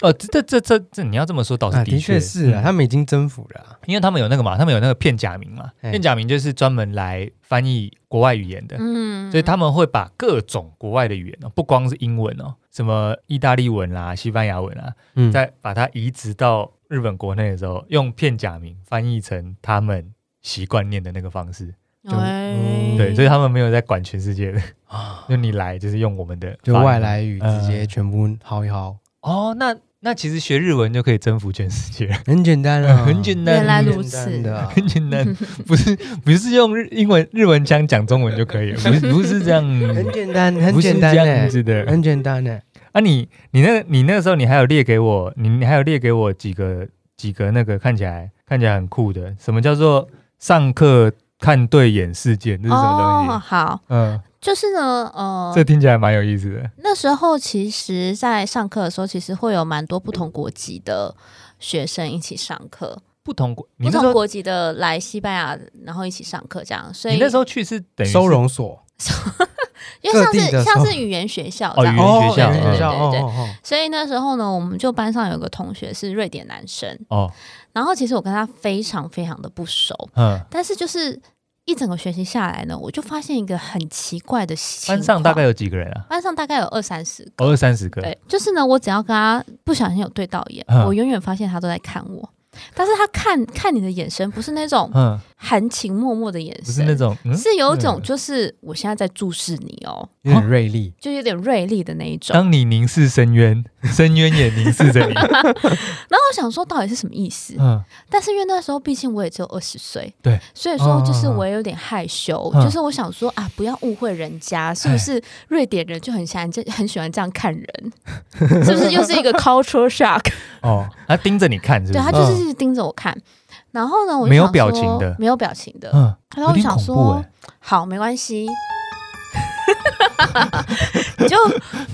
S1: 哦，这这这这你要这么说哦倒是
S3: 啊，的
S1: 确
S3: 确是啊，
S1: 嗯
S3: 他们已经征服了啊。
S1: 因为他们有那个嘛，他们有那个片假名嘛，
S3: 哎
S1: 片假名就是专门来翻译国外语言的，
S2: 嗯，
S1: 所以他们会把各种国外的语言哦，不光是英文哦，什么意大利文啦、西班牙文啦，
S3: 嗯，
S1: 再把它移植到日本国内的时候，用片假名翻译成他们习惯念的那个方式。
S2: 哎
S1: 嗯
S3: 嗯
S1: 对，所以他们没有在管全世界的，
S3: 啊，
S1: 就你来就是用我们的
S3: 就
S1: 发音
S3: 外来语
S1: 嗯
S3: 直接全部薅一薅。
S1: 哦，那那其实学日文就可以征服全世界，
S3: 很简单 啊，
S1: 很简单
S2: 原来
S3: 很
S2: 如
S3: 简
S2: 此
S3: 单 的啊。
S1: 很简单，不是不是用日英文日文腔讲中文就可以了，不是不是这样，
S3: 很简单，很
S1: 不是
S3: 简
S1: 这
S3: 单
S1: 样
S3: 呢，
S1: 子的。
S3: 很简单呢。
S1: 啊你，你那你那时候你还有列给我，你你还有列给我几个几个那个看起来看起来很酷的，什么叫做上课看对眼事件？这是什么东西？
S2: 哦好，
S1: 嗯，
S2: 就是呢，呃，
S1: 这听起来蛮有意思的。
S2: 那时候其实，在上课的时候，其实会有蛮多不同国籍的学生一起上课，
S1: 不同国，你那
S2: 不同
S1: 时候
S2: 国籍的来西班牙，然后一起上课这样。所以
S1: 你那时候去是等于是
S3: 收容所
S2: 因为像
S3: 各地的
S2: 是像
S3: 时候
S2: 是语言学校
S1: 哦
S2: 这样
S1: 语言学校嗯
S2: 对对对对
S1: 学校
S2: 对对。
S3: 哦
S2: 所以那时候呢，我们就班上有个同学是瑞典男生，
S1: 哦，
S2: 然后其实我跟他非常非常的不熟，
S1: 嗯，
S2: 但是就是一整个学期下来呢，我就发现一个很奇怪的情
S1: 班上大概
S2: 况
S1: 有几个人啊？
S2: 班上大概有二三十个，
S1: 哦二三十个，
S2: 对，就是呢，我只要跟他不小心有对到眼，
S1: 嗯
S2: 我永远发现他都在看我，但是他看看你的眼神不是那种
S1: 嗯，
S2: 含情脉脉的眼神，
S1: 不是那种，嗯，
S2: 是有一
S1: 嗯
S2: 种就是我现在在注视你哦，
S3: 有点锐利，
S2: 就有点锐利的那一种。
S1: 当你凝视深 渊，深渊也凝视着你，
S2: 然后我想说到底是什么意思？
S1: 嗯，
S2: 但是因为那时候毕竟我也只有二十岁，
S1: 对，
S2: 所以说就
S1: 嗯
S2: 是
S1: 嗯嗯
S2: 我也有点害羞，
S1: 嗯哎
S2: 就是我想说啊，不要误会人家，是不是瑞典人就很喜欢这很喜欢这样看人， 是不是又是一个 culture shock？
S1: 哦，他盯着你看，是不
S2: 对
S1: 是
S2: 他？就是一直盯着我看，然后呢，我就
S1: 没有
S2: 想
S1: 表
S2: 说
S1: 情的
S2: 没有表情的，
S1: 嗯，
S2: 然后
S1: 有
S2: 我
S1: 点
S2: 想
S1: 恐怖
S2: 说
S1: 哎，
S2: 好，没关系。 就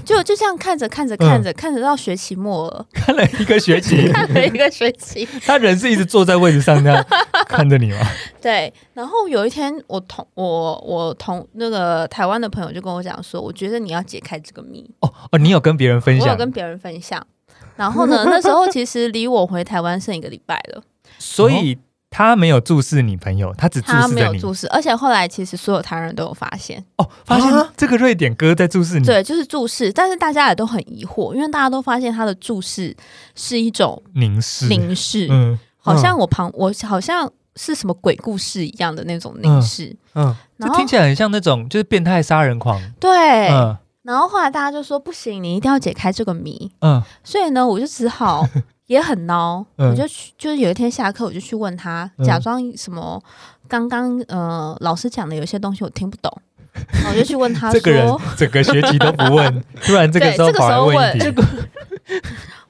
S2: 就就这样看着看着看
S1: 嗯
S2: 着、看着到学期末了，
S1: 看了一个学期，
S2: 看了一个学期，
S1: 他人是一直坐在位置上这 样看着你吗？
S2: 对，然后有一天，我同我我同那个台湾的朋友就跟我讲说，我觉得你要解开这个谜。
S1: 哦哦，你有跟别人分
S2: 我有
S1: 享，
S2: 跟别人分享。然 后呢，那时候其实离我回台湾剩一个礼拜了，
S1: 所以他没有注视你朋友，他只注
S2: 哦他
S1: 视
S2: 没
S1: 着
S2: 有
S1: 你。
S2: 注视，而且后来其实所有台湾人都有发现，
S1: 哦，发现
S3: 啊
S1: 这个瑞典哥在注视你，
S2: 对，就是注视，但是大家也都很疑惑，因为大家都发现他的注视是一种
S1: 凝视，
S2: 凝视，
S1: 嗯，
S2: 好像我旁我好像是什么鬼故事一样的那种凝视。
S3: 嗯，
S1: 这
S2: 然后
S1: 听起来很像那种就是变态杀人狂，
S2: 对，
S1: 嗯
S2: 然后后来大家就说不行，你一定要解开这个谜。
S1: 嗯
S2: 所以呢，我就 只好也很孬，
S1: 嗯
S2: 我就去，就是有一天下课，我就去问他，
S1: 嗯
S2: 假装什么刚刚呃老师讲的有一些东西我听不 懂，然后我就去问他
S1: 这个人
S2: 说，
S1: 整个学期都不问， 突然这个
S2: 对
S1: 时候
S2: 这个
S1: 跑来
S2: 时候
S1: 问
S2: 问
S1: 一题，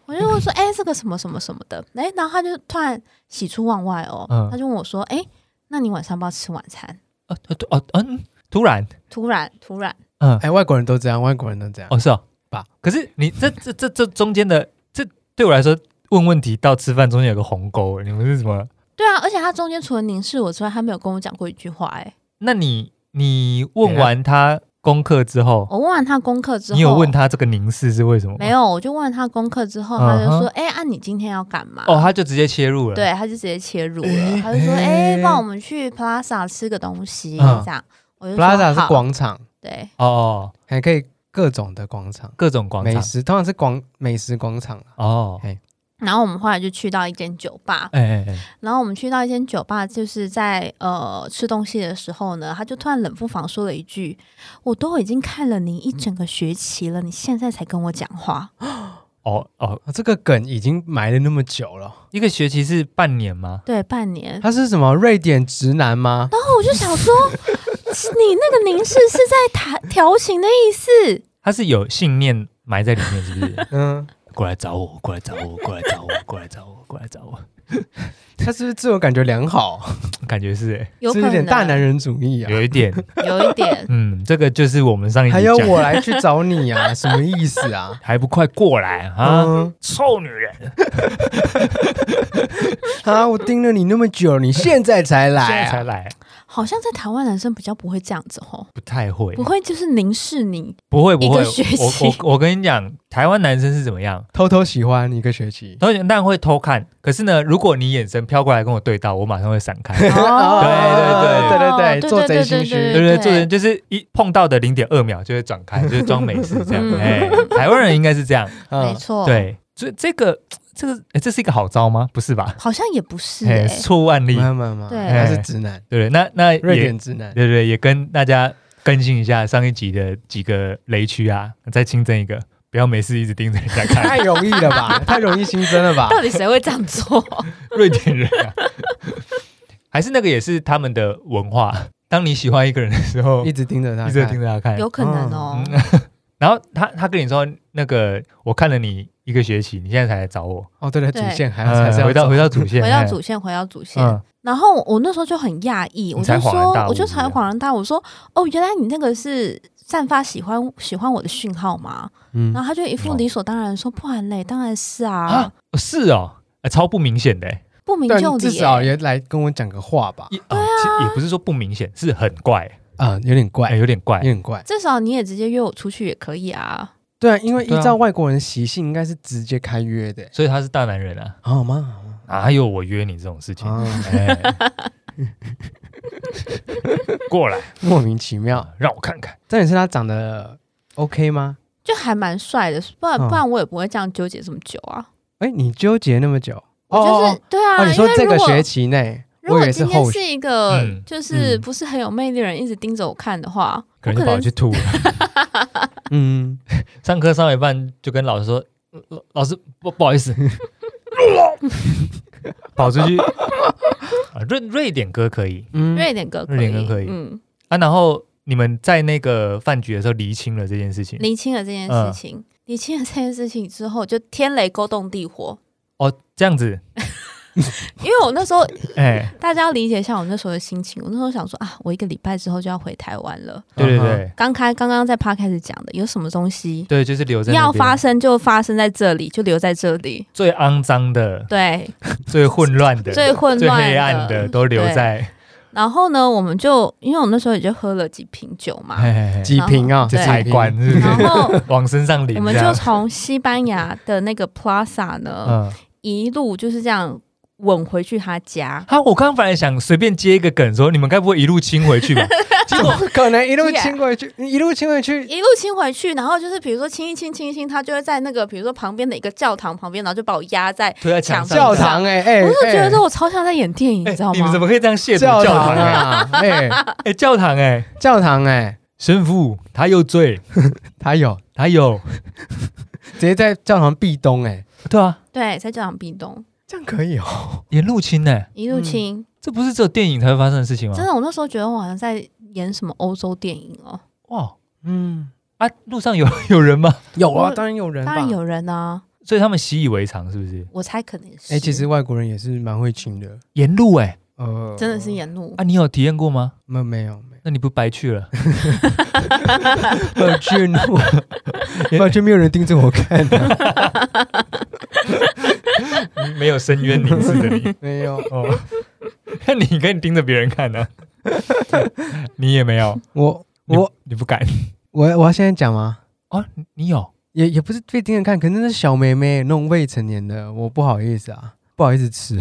S2: 我就问说，哎、这个什么什么什么的，哎、然后他就突然喜出望外哦，
S1: 嗯
S2: 他就问我说，哎、那你晚上要不要吃晚餐？
S1: 哦哦哦嗯，突然，
S2: 突然，突然，
S1: 嗯，
S3: 哎，外国人都这样，外国人都这样。
S1: 哦是哦，
S3: 吧？
S1: 可是你这这这这中间的，这对我来说问问题到吃饭中间有个鸿沟，你们是什么？
S2: 对啊，而且他中间除了凝视我之外，他没有跟我讲过一句话、哎，
S1: 那你你问完他功课之后，
S2: 我问完他功课之后，啊
S1: 你有问？他这个凝视是为什么吗？
S2: 没有，我就问完他功课之后，他就
S1: 嗯哼
S2: 说，哎、啊，你今天要干嘛？
S1: 哦，他就直接切入了。
S2: 对，他就直接切入了，
S3: 诶
S2: 他就说：“
S3: 诶
S2: 哎、帮、我们去 Plaza 吃个东西，
S3: 嗯
S2: 这样。”我就说
S3: Plaza 是
S2: 好
S3: 广场，
S2: 对，
S1: 哦哦，
S3: 还可以各种的广场，
S1: 各种广
S3: 美
S1: 场
S3: 食通常是广美食广场啊啦
S1: 哦，
S2: 然后我们后来就去到一间酒吧，
S1: 哎哎哎，
S2: 然后我们去到一间酒吧，就是在呃吃东西的时候呢，他就突然冷不防说了一句：“我都已经看了你一整个学期了，你现在才跟我讲话。
S1: 哦哦，
S3: 啊这个梗已经埋了那么久了，
S1: 一个学期是半年吗”？
S2: 对，半年。
S3: 他是什么瑞典直男吗？
S2: 然后我就想说， 你那个凝视是在谈调情的意思。
S1: 他是有信念埋在里面，是不是？
S3: 嗯，
S1: 过来找我，过来找我，过来找我，过来找我，过来找我，
S3: 他是不是自我感觉良好？
S1: 感觉是哎
S2: 有
S3: 是
S2: 可
S3: 不是有
S2: 能
S3: 点大男人主义啊？
S1: 有一点，
S2: 有一点，
S1: 嗯，这个就是我们上一
S3: 还
S1: 集
S3: 要
S1: 讲的，
S3: 我来去找你 啊？什么意思啊？
S1: 还不快过来啊！
S3: 嗯
S1: 臭女人，
S3: 啊，我盯了你那么久，你现在才
S1: 现在
S3: 来
S1: 才
S3: 啊？
S1: 来，
S2: 好像在台湾男生比较不会这样子吼。
S1: 不太会，
S2: 不会就是凝视 你，
S1: 不会，不会
S2: 一个学。期
S1: 我我我跟你讲，台湾男生是怎么样？
S3: 偷偷喜欢一个学期，
S1: 当然当然会偷看，可是呢，如果你眼神飘过来跟我对到，我马上会闪开。
S3: 哦
S1: 对
S3: 对对对
S2: 对
S3: 做贼
S2: 对
S3: 心 虚
S1: 对不对？做人就是一碰到的零点二秒就会转 开，就是装没事这样。
S2: 嗯哦
S1: 哎，台湾人应该是这样。
S2: 没
S3: 嗯，
S2: 错，，
S1: 对，所以这个这个哎这是一个好招吗？不是吧？
S2: 好像也不是
S1: 哎，
S2: 哎，
S1: 错误案例
S3: 没，有没有没有，
S2: 对
S3: 他是直男，
S1: 对不对？那那也
S3: 瑞典直男。
S1: 对对，也跟大家更新一下上一集的几个雷区啊，再新增一个，不要没事一直盯着人家 看。
S3: 太容易了吧？太容易新增了吧？
S2: 到底谁会这样做？
S1: 瑞典人啊， 还是那个也是他们的文化。当你喜欢一个人的时 候，
S3: 一直盯着他，
S1: 一直盯着他看。
S2: 有可能哦。
S1: 然后他他跟你说，那个我看了你一个学期，你现在才来找我，
S3: 哦，对对，
S2: 对
S3: 主线还要
S1: 呃
S3: 还是要
S1: 回到
S3: 走
S1: 回到主线，
S2: 回到
S1: 哎
S2: 主线，回到主线。
S1: 嗯，
S2: 然后我那时候就很讶异，
S1: 你
S2: 我
S1: 才
S2: 就
S1: 恍然
S2: 说
S1: 大，悟
S2: 我就才恍然大悟，我说哦，原来你那个是散发喜欢喜欢我的讯号嘛？
S3: 嗯
S2: 然，后他就一副
S1: 哦
S2: 理所当然说，不然嘞，当然是啊
S1: 啊，哦是哦，呃超不明显的，哎
S2: 不明
S3: 但
S2: 就
S3: 至
S2: 里
S3: 少
S2: 欸。
S3: 也来跟我讲个话吧。
S1: 一
S2: 啊
S1: 哦其实也不是说不明显，是很怪，
S3: 啊，有点
S1: 哎，
S3: 怪，
S1: 有点怪
S3: 有，点怪。
S2: 至少你也直接约我出去也可以啊。
S3: 对啊，因为依
S1: 对啊
S3: 照外国人的习性，应该是直接开约的。
S1: 所以他是大男人啊，
S3: 好嘛，
S1: 哪有我约你这种事
S3: 好
S1: 情？
S3: 嘛啊，
S1: 哎，过来，
S3: 莫名 其妙。
S1: 让我看看。
S3: 重点是他长得 OK 吗？
S2: 就还蛮帅的，不然
S3: 嗯
S2: 不然我也不会这样纠结这么久啊。
S3: 哎，你纠结那么久，
S2: 我就是、
S3: 哦
S2: 对啊，
S3: 哦，你
S2: 因
S3: 说
S2: 为
S3: 这
S2: 如
S3: 个
S2: 果
S3: 学期内，
S2: 如
S3: 我以
S2: 果
S3: 为是
S2: 今天
S3: 后
S2: 是一个
S1: 嗯
S2: 就是
S3: 嗯
S2: 不是很有魅力的人一直盯着我看的话，
S1: 可能就
S2: 我可
S1: 把我
S2: 能
S1: 去吐了。
S3: 嗯，
S1: 上课上到一半就跟老师说：“老老师不不好意思， 跑出去。啊”瑞瑞典歌可以
S3: 嗯
S2: 瑞典哥可以，
S1: 瑞典哥可以
S2: 嗯，
S1: 啊。然后你们在那个饭局的时候厘清了这件事情
S2: 厘清了这件
S3: 嗯
S2: 事情，厘清了这件事情之后，就天雷勾动地火。
S1: 哦，这样子，
S2: 因为我那时候，
S1: 哎，
S2: 大家要理解一下我那时候的心情。我那时候想说啊，我一个礼拜之后就要回台湾了。
S1: 对对
S3: 嗯哼
S1: 对
S2: 刚开刚刚在趴开始讲的，有什么东西
S1: 对，就是留在那
S2: 要
S1: 边
S2: 发生就发生在这里，就留在这里。
S1: 最肮脏的、
S2: 对，
S1: 最混乱的、
S2: 最混
S1: 最
S2: 乱的
S1: 黑暗的都留在
S2: 然后呢，我们就因为我那时候也就喝了几瓶酒嘛，
S1: 嘿嘿嘿
S3: 几瓶啊，
S1: 就
S2: 哦对
S1: 才
S3: 几瓶
S1: 管，是不
S2: 然
S1: 是？
S2: 后
S1: 往身上淋
S2: 我们
S1: 这
S2: 就
S1: 样，
S2: 从西班牙的那个 Plaza 呢，
S1: 嗯。
S2: 一路就是这样吻回去他家。
S1: 啊，我刚刚本来想随便接一个梗说，你们该不会一路亲回去吧？
S3: 怎么 可能一路亲过去？一路亲回去，
S2: 一路亲回去，然后就是比如说亲一亲亲一亲，他就会在那个比如说旁边的一个教堂旁边，然后就把我压在。
S1: 推在墙上，
S2: 想
S3: 教堂哎哎，
S2: 我就觉
S3: 哎
S2: 得说我超像在演电影，你知道
S1: 哎你
S2: 吗
S1: 们？怎么可以这样亵渎
S3: 教
S1: 教
S3: 堂
S1: 堂啊？
S3: 啊，哎，
S1: 哎，教堂哎，
S3: 教堂哎，
S1: 神父他有罪，
S3: 他有
S1: 他有，
S3: 直接在教堂壁咚哎，
S1: 对啊，
S2: 对，在教堂壁咚
S3: 这样可以哦，
S1: 演入侵呢，
S2: 一路亲，
S1: 这不是只有电影才会发生的事情吗
S2: 真？的，我那时候觉得我好像在演什么欧洲电影哦。
S1: 哇
S3: 嗯，
S1: 啊，路上有 有人吗？
S3: 有啊，
S2: 我
S3: 当然有人，
S2: 当然。有人啊，
S1: 所以他们习以为常，是不是？
S2: 我猜可能是。
S3: 哎，其实外国人也是蛮会亲的，
S1: 沿路哎，
S3: 呃，
S2: 真的是沿路，
S1: 啊，你有体验过吗？
S3: 没有没有 没
S1: 那你不白去了？
S3: 有，抱歉，我 抱歉，没有人盯着我看，
S1: 没有深渊凝视着你
S3: 没有，
S1: 哦，那你可以盯着别人看 呢，你也没有，
S3: 我
S1: 你
S3: 我
S1: 你不敢
S3: 我我要现在讲吗？
S1: 啊？你有？
S3: 也也不是被盯着看，可能是小妹妹那种未成年的，我不好意思啊，不好意思吃，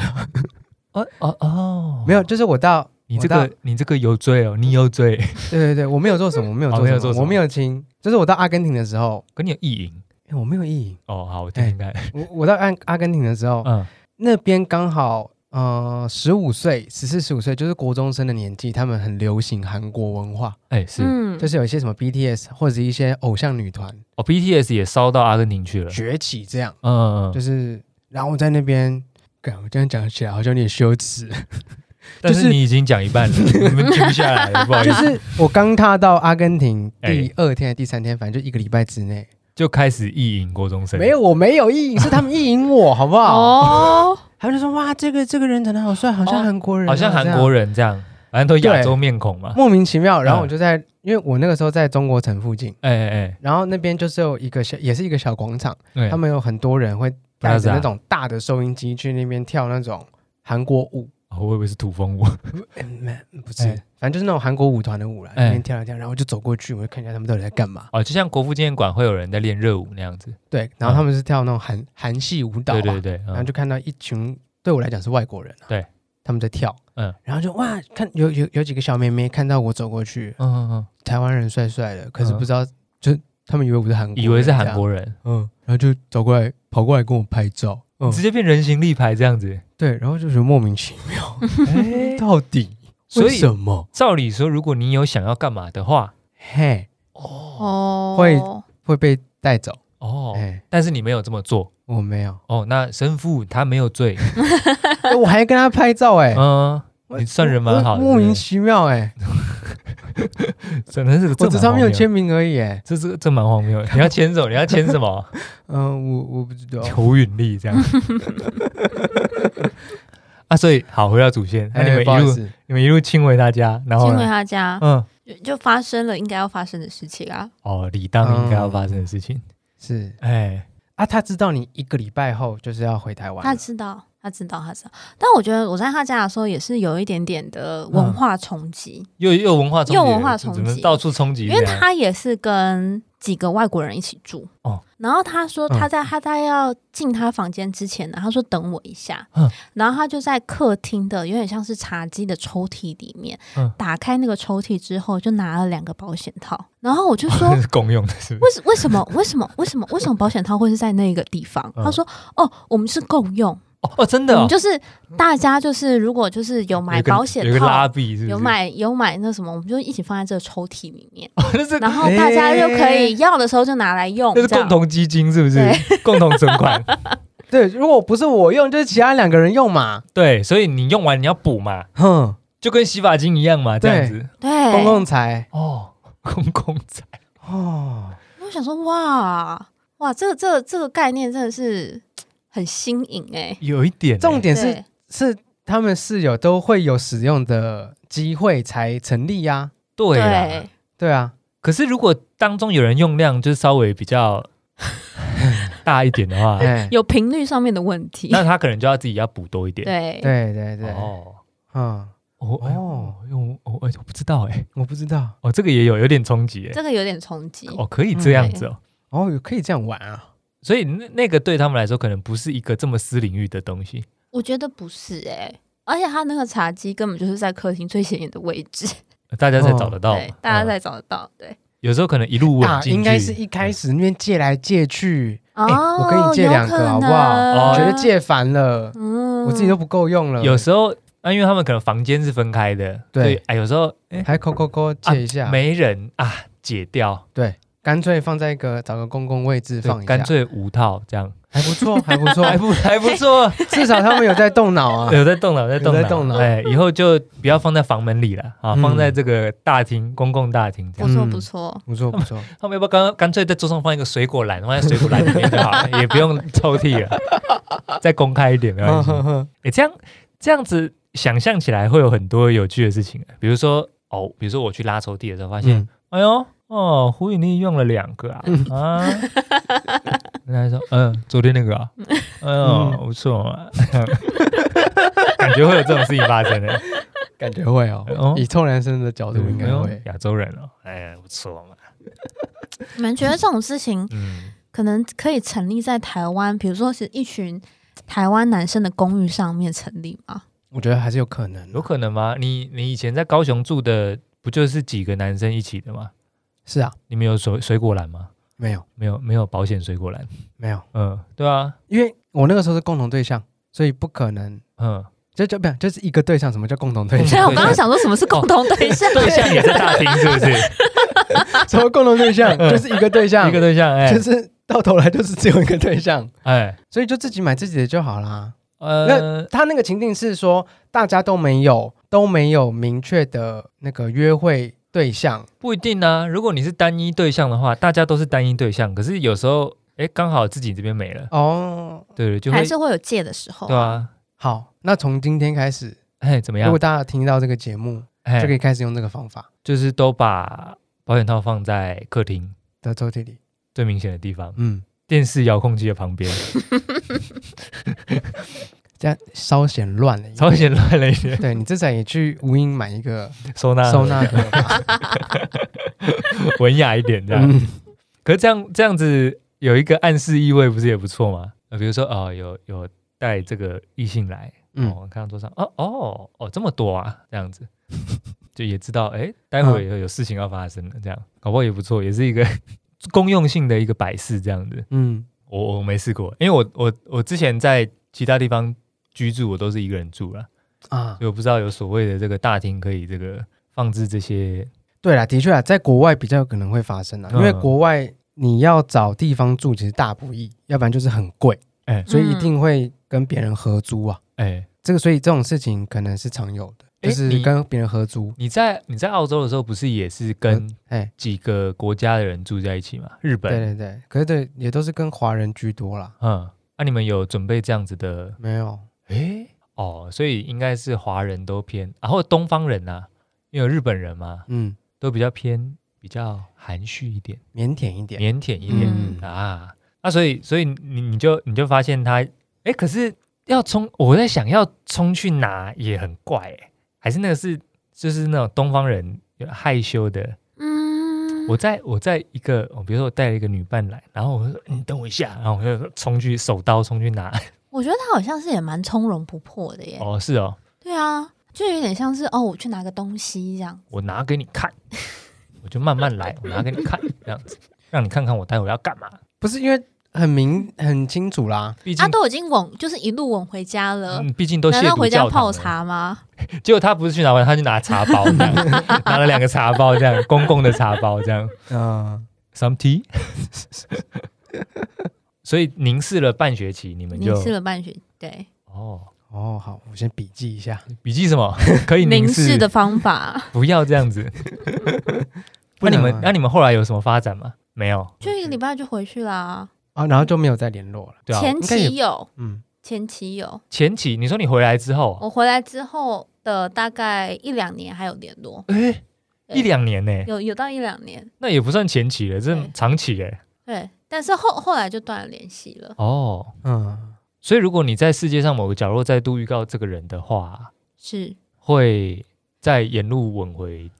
S1: 哦哦哦，
S3: 没有，就是我到
S1: 你这
S3: 我
S1: 个
S3: 到
S1: 你这个有罪哦，你有罪，
S3: 对对对，我没有做什么，我没有
S1: 哦
S3: 做
S1: 没有
S3: 什
S1: 做
S3: 么，
S1: 什么
S3: 我没有亲，就是我到阿根廷的时候，
S1: 可你有意淫
S3: 哎我没有意淫，
S1: 哦。好，我
S3: 哎
S1: 听听看。
S3: 我我到阿阿根廷的时候，
S1: 嗯，
S3: 那边刚好呃十五岁、十四、十五岁，就是国中生的年纪，他们很流行韩国文化，
S1: 哎是
S2: 嗯
S3: 就，是有一些什么 BTS 或者是一些偶像女团
S1: 哦，BTS 也烧到阿根廷去了。
S3: 崛起这样，
S1: 嗯嗯
S3: 就
S1: 嗯，
S3: 是然后我在那边，干我这样讲起来好像有点羞耻。
S1: 但
S3: 就是是
S1: 你已经讲一 半了，你们停不下来了，不好意
S3: 就
S1: 思，
S3: 是我刚踏到阿根廷
S1: 哎
S3: 第二天、第三天，反正就一个礼拜之内，
S1: 就开始意淫国中生。
S3: 没有，我没有意淫，是他们意淫我，好不好？
S2: 哦，
S3: 他们就说哇，这个这个人长得好帅，好像
S1: 哦
S3: 韩国人啊，
S1: 好像韩国
S3: 人，
S1: 人这样，反正都亚洲面孔嘛。
S3: 莫名其妙。然后我
S1: 嗯
S3: 就在，因为我那个时候在中国城附近，
S1: 哎哎哎，
S3: 然后那边就是有一个小，也是一个小广场，
S1: 对
S3: 他们有很多人会带着
S1: Plaza
S3: 那种大的收音机去那边跳那种韩国舞，
S1: 哦我以为是土风舞。
S3: 哎没不是
S1: 哎，
S3: 反正就是那种韩国舞团的舞啦，
S1: 哎
S3: 那边跳一跳，然后我就走过去，我就看一下他们到底在干嘛。
S1: 哦，就像国父纪念馆会有人在练热舞那样子。
S3: 对，然后他们是跳那种韩韩系舞蹈啊
S1: 对
S3: 吧，
S1: 对对，
S3: 然后
S1: 嗯
S3: 就看到一群对我来讲是外国人、啊，
S1: 对，
S3: 他们在跳，
S1: 嗯
S3: 嗯，然后就哇，看有有有几个小妹妹看到我走过去，
S1: 嗯嗯，
S3: 台湾人帅帅的，可是
S1: 嗯
S3: 不知道，就他们以为我是韩国人，
S1: 以为是韩国人，
S3: 这样，嗯，然后就走过来跑过来跟我拍照，嗯
S1: 直，接变人形立牌这样子。
S3: 对，然后就觉得莫名其 妙，
S1: 哎
S3: 到底
S1: 所
S3: 为
S1: 以
S3: 什么？
S1: 照理说，如果你有想要干嘛的话，
S3: 嘿，
S1: 哦
S2: 哦，
S3: 会会被带走，
S1: 哦，
S3: 对
S1: 但是你没有这么做
S3: 我没有，
S1: 哦，那神父他没有罪，
S3: 哎我还跟他拍照哎、
S1: 嗯，
S3: 我
S1: 你算人蛮好的
S3: 我莫
S1: 对不
S3: 名
S1: 对
S3: 其妙哎、
S1: 真的是
S3: 我只差没有
S1: 签，
S3: 签名而已哎、
S1: 这这这蛮荒谬的。你要签什么？你要签什 么？
S3: 嗯、我我不知道，
S1: 求允力 这样。啊，所以好，回到主线，那、
S3: 哎
S1: 你们
S3: 不好
S1: 一
S3: 意
S1: 路
S3: 思，
S1: 你们一路亲回大家，然后
S2: 进回
S1: 呢？
S2: 他家
S1: 嗯，
S2: 就就发生了应该要发生的事情啊。
S1: 哦，理当应该要发生的事情，
S3: 是
S1: 哎、
S3: 啊，他知道你一个礼拜后就是要回台湾
S2: 他
S3: 了，
S2: 知道，他知道，他知道。但我觉得我在他家的时候也是有一点点
S1: 嗯
S2: 的文化冲击，
S1: 又又文化冲击了，
S2: 又文化冲击
S1: 只能到处冲击这样，
S2: 因为他也是跟几个外国人一起住。
S1: 哦
S2: 然后他说
S1: 嗯
S2: 他在、他在要进他房间之前呢，他说等我一下。
S1: 嗯
S2: 然后他就在客厅的有点像是茶几的抽屉里面、
S1: 嗯
S2: 打开那个抽屉之后，就拿了两个保险套。然后我就 说
S1: 是共用的，是不
S2: 为
S1: 是？
S2: 什为什么为什么为什么为什么保险套会是在那个地方？
S1: 嗯
S2: 他说：“哦，我们是共用，
S1: 哦哦，真的、
S2: 我
S1: 哦
S2: 们，嗯就是大家就是如果就是有买
S1: 有一个
S2: 保险
S1: 有一个拉
S2: 套，
S1: 臂，是不是？
S2: 有，买有买那什么，我们就一起放在这个抽屉里面，
S1: 那是
S2: 然后大家就可以要的时候就拿来用，
S1: 哎那是
S2: 这样
S1: 共同基金，是不是？ 共同存款，
S3: 对，如果不是我用，就是其他两个人用嘛，
S1: 对，所以你用完你要补嘛，
S3: 哼，
S1: 就跟洗发精一样嘛，这样子。
S2: 对。
S3: 公共财
S1: 哦， 公共财，
S3: 哦，
S2: 我想说，哇哇，这个这个这个概念真的是很新颖哎、
S1: 有一点欸、
S3: 重点是
S2: 对
S3: 是他们室友都会有使用的机会才成立呀、
S1: 对啦。
S2: 对，
S3: 对啊，
S1: 可是如果当中有人用量就是稍微比 较大一点的话，
S3: 哎，
S2: 有频率上面的问题，
S1: 那他可能就要自己要补多一点。
S2: 对
S3: 对对对，
S1: 哦，
S3: 嗯，
S1: 我
S3: 哦
S1: 哦，因为我我我不知道哎、
S3: 我不知道，
S1: 哦，这个也有有点冲击哎。
S2: 这个有点冲击，
S1: 哦，可以这样子哦。
S3: 哦，有可以这样玩啊，
S1: 所以那那个对他们来说，可能不是一个这么私领域的东西。
S2: 我觉得不是哎、而且他那个茶几根本就是在客厅最显眼的位置，
S1: 大家才找得到嘛，
S2: 对，大家
S1: 嗯
S2: 才找得到，对。
S1: 有时候可能一路稳
S3: 啊，
S1: 进去，
S3: 应该是一开始那边借来借去，哎我跟你借
S2: 哦有
S3: 两个
S2: 可
S3: 好不
S2: 能
S3: 好？
S1: 哦
S3: 觉得，借烦了，
S2: 嗯
S3: 我自己都不够用了，
S1: 有时候啊，因为他们可能房间是分开的，
S3: 嗯对
S1: 所以哎，有时候哎
S3: 还抠抠抠借一下，
S1: 没人啊，解掉，
S3: 干脆放在一个找个公共位置
S1: 对
S3: 放一下，
S1: 干脆五套这样，
S3: 还不错，还不错，
S1: 还不还不错，
S3: 至少他们有在动脑 啊，
S1: 有在动脑，在动
S3: 有
S1: 脑，
S3: 在动脑
S1: 哎，以后就不要放在房门里了啊，
S3: 嗯
S1: 放在这个大厅、公共大厅这
S2: 不
S1: 样。
S2: 错
S3: 嗯
S2: 不错，
S3: 不错不错，
S1: 他们要不要干干脆在桌上放一个水果篮，放在水果篮里面就好了，也不用抽屉 了，再公开一点没关
S3: 嗯
S1: 系。哎，这样这样子想象起来会有很多有趣的事情，比如说哦，比如说我去拉抽屉的时候发现。
S3: 嗯
S1: 哎呦，哦，胡颖丽用了两个啊啊！人家说，嗯，昨天那个啊，哎呦，
S3: 嗯
S1: 不错啊嘛，感觉会有这种事情发生 的。
S3: 感觉会哦
S1: 哦
S3: 以臭男生的角度应该
S1: 哎呦
S3: 会，
S1: 亚洲人哦，哎，不错嘛，
S2: 你们觉得这种事情
S1: 嗯，
S2: 可能可以成立在台湾，比如说是一群台湾男生的公寓上面成立吗？
S3: 我觉得还是有可能
S1: 有
S3: 的，
S1: 可能吗？你你以前在高雄住的，不就是几个男生一起的吗？
S3: 是啊，
S1: 你们有水水果篮吗？
S3: 没有
S1: 没有，没有保险水果篮。
S3: 没有，
S1: 嗯，对啊，
S3: 因为我那个时候是共同对象，所以不可能。
S1: 嗯，
S3: 这就不就是一个对象，什么叫共同对
S1: 嗯
S2: 所 以
S3: 象？
S2: 我刚刚想说，什么是共同对象？
S1: 对象也在大厅是 不是？
S3: 什么共同对象？
S1: 嗯
S3: 就是一个对象，
S1: 一个对象，哎
S3: 就是到头来就是只有一个对象，
S1: 哎，
S3: 所以就自己买自己的就好啦。
S1: 呃，
S3: 他那个情境是说，大家都没有都没有明确的那个约会对象，
S1: 不一定啊，如果你是单一对象的话，大家都是单一对象，可是有时候，哎，刚好自己这边没了，
S3: 哦，
S1: 对对，就会
S2: 还是会有借的时候
S1: 对？啊，
S3: 好，那从今天开始，
S1: 哎，怎么
S3: 如
S1: 样
S3: 果？大家听到这个节目，
S1: 哎
S3: 就可以开始用这个方法
S1: 就是都把保险套放在客厅
S3: 的抽屉里。
S1: 最明显的地方，
S3: 嗯，
S1: 电视遥控器的旁边，
S3: 这样稍显乱了一点。
S1: 稍显乱了一 点，
S3: 对你至少也去无印买 一个
S1: 收纳
S3: 收纳盒吧。
S1: 文雅一点这样。
S3: 嗯，
S1: 可是这样这样子有一个暗示意味，不是也不错吗？呃，比如说哦，有有带这个异性来，
S3: 嗯
S1: 哦，看到桌上，哦哦哦，这么多啊，这样 子就也知道，哎、待会儿有有事情要发生了，这样搞不好也不错，也是一个 公用性的一个摆饰，这样子。
S3: 嗯，
S1: 我我没试过，因为我我我之前在其他地方居住，我都是一个人住啦，
S3: 啊
S1: 所，以我不知道有所谓的这个大厅可以这个放置这些，
S3: 对啦，的确啊，在国外比较有可能会发生啊，因为
S1: 嗯
S3: 国外你要找地方住其实大不易，要不然就是很贵，
S1: 哎
S3: 所以一定会跟别人合租啊。
S1: 哎，
S3: 这个所以这种事情可能是常有的，就
S1: 诶
S3: 是
S1: 你
S3: 跟别人合租。
S1: 你在你在澳洲的时候，不是也是跟
S3: 哎，
S1: 几个国家的人住在一起吗？日
S3: 对
S1: 本，
S3: 对对，可是对也都是跟华人居多啦。
S1: 嗯，那你们有准备这样子的？
S3: 没有，
S1: 哎，哦，所以应该是华人都偏，然后东方人呐，因为有日本人嘛，
S3: 嗯，
S1: 都比较偏比较含蓄一点，
S3: 腼腆一点。
S1: 腼腆一点。
S3: 嗯
S1: 啊，那所以所以你你就你就发现他，哎，可是要冲，我在想要冲去拿也很怪哎，还是那个是就是那种东方人害羞的。
S2: 嗯，
S1: 我在我在一个，哦比如说我带了一个女伴来，然后我就说你等我一下，然后我就冲去手刀冲去拿。
S2: 我觉得他好像是也蛮从容不迫的耶。
S1: 哦，是哦，
S2: 对啊，就有点像是哦，我去拿个东西这样。
S1: 我拿给你看， 我就慢慢 来，我拿给你看这样子，让你看看我待会要干嘛。
S3: 不是因为很明很清楚啦，
S1: 毕竟
S2: 他、啊都已经吻，就是一路吻回家了，
S1: 嗯，毕竟都
S2: 难
S1: 亵
S2: 道
S1: 渎
S2: 回家
S1: 教堂
S2: 泡
S1: 了。
S2: 茶吗？
S1: 结果他不是去拿完，他去拿茶包，这 样拿了两个茶包，这样公共的茶包，这样
S3: 嗯，
S1: some tea。所以凝视了半学期，你们
S2: 你
S1: 就
S2: 吃了半学对
S1: 哦，
S3: 哦，好，我先笔记一下。
S1: 笔记什 么可以凝
S2: 凝
S1: 视
S2: 视的，方 法，
S1: 不要这样 子。那
S3: 不
S1: 你
S3: 能
S1: 们
S3: 啊
S1: 那你们后来有什么发展吗？没有，
S2: 就一个礼拜就回去啦。
S3: 啊，然后就没有再联络了。
S1: 对啊。
S2: 前
S3: 应该也
S2: 期有，
S3: 嗯，
S2: 前期有，
S1: 前期你说你回来之后，
S2: 我回来之后的大概一两年还有联络，
S1: 哎，
S2: 对
S1: 一两年呢、
S2: 有有到一两年，
S1: 那也不算前期了，这
S2: 对
S1: 长期哎、
S2: 对，但是后后来就断了联系了。
S1: 哦。
S3: 嗯，
S1: 所以如果你在世界上某个角落再度遇到这个人的话，
S2: 是
S1: 会在沿路吻回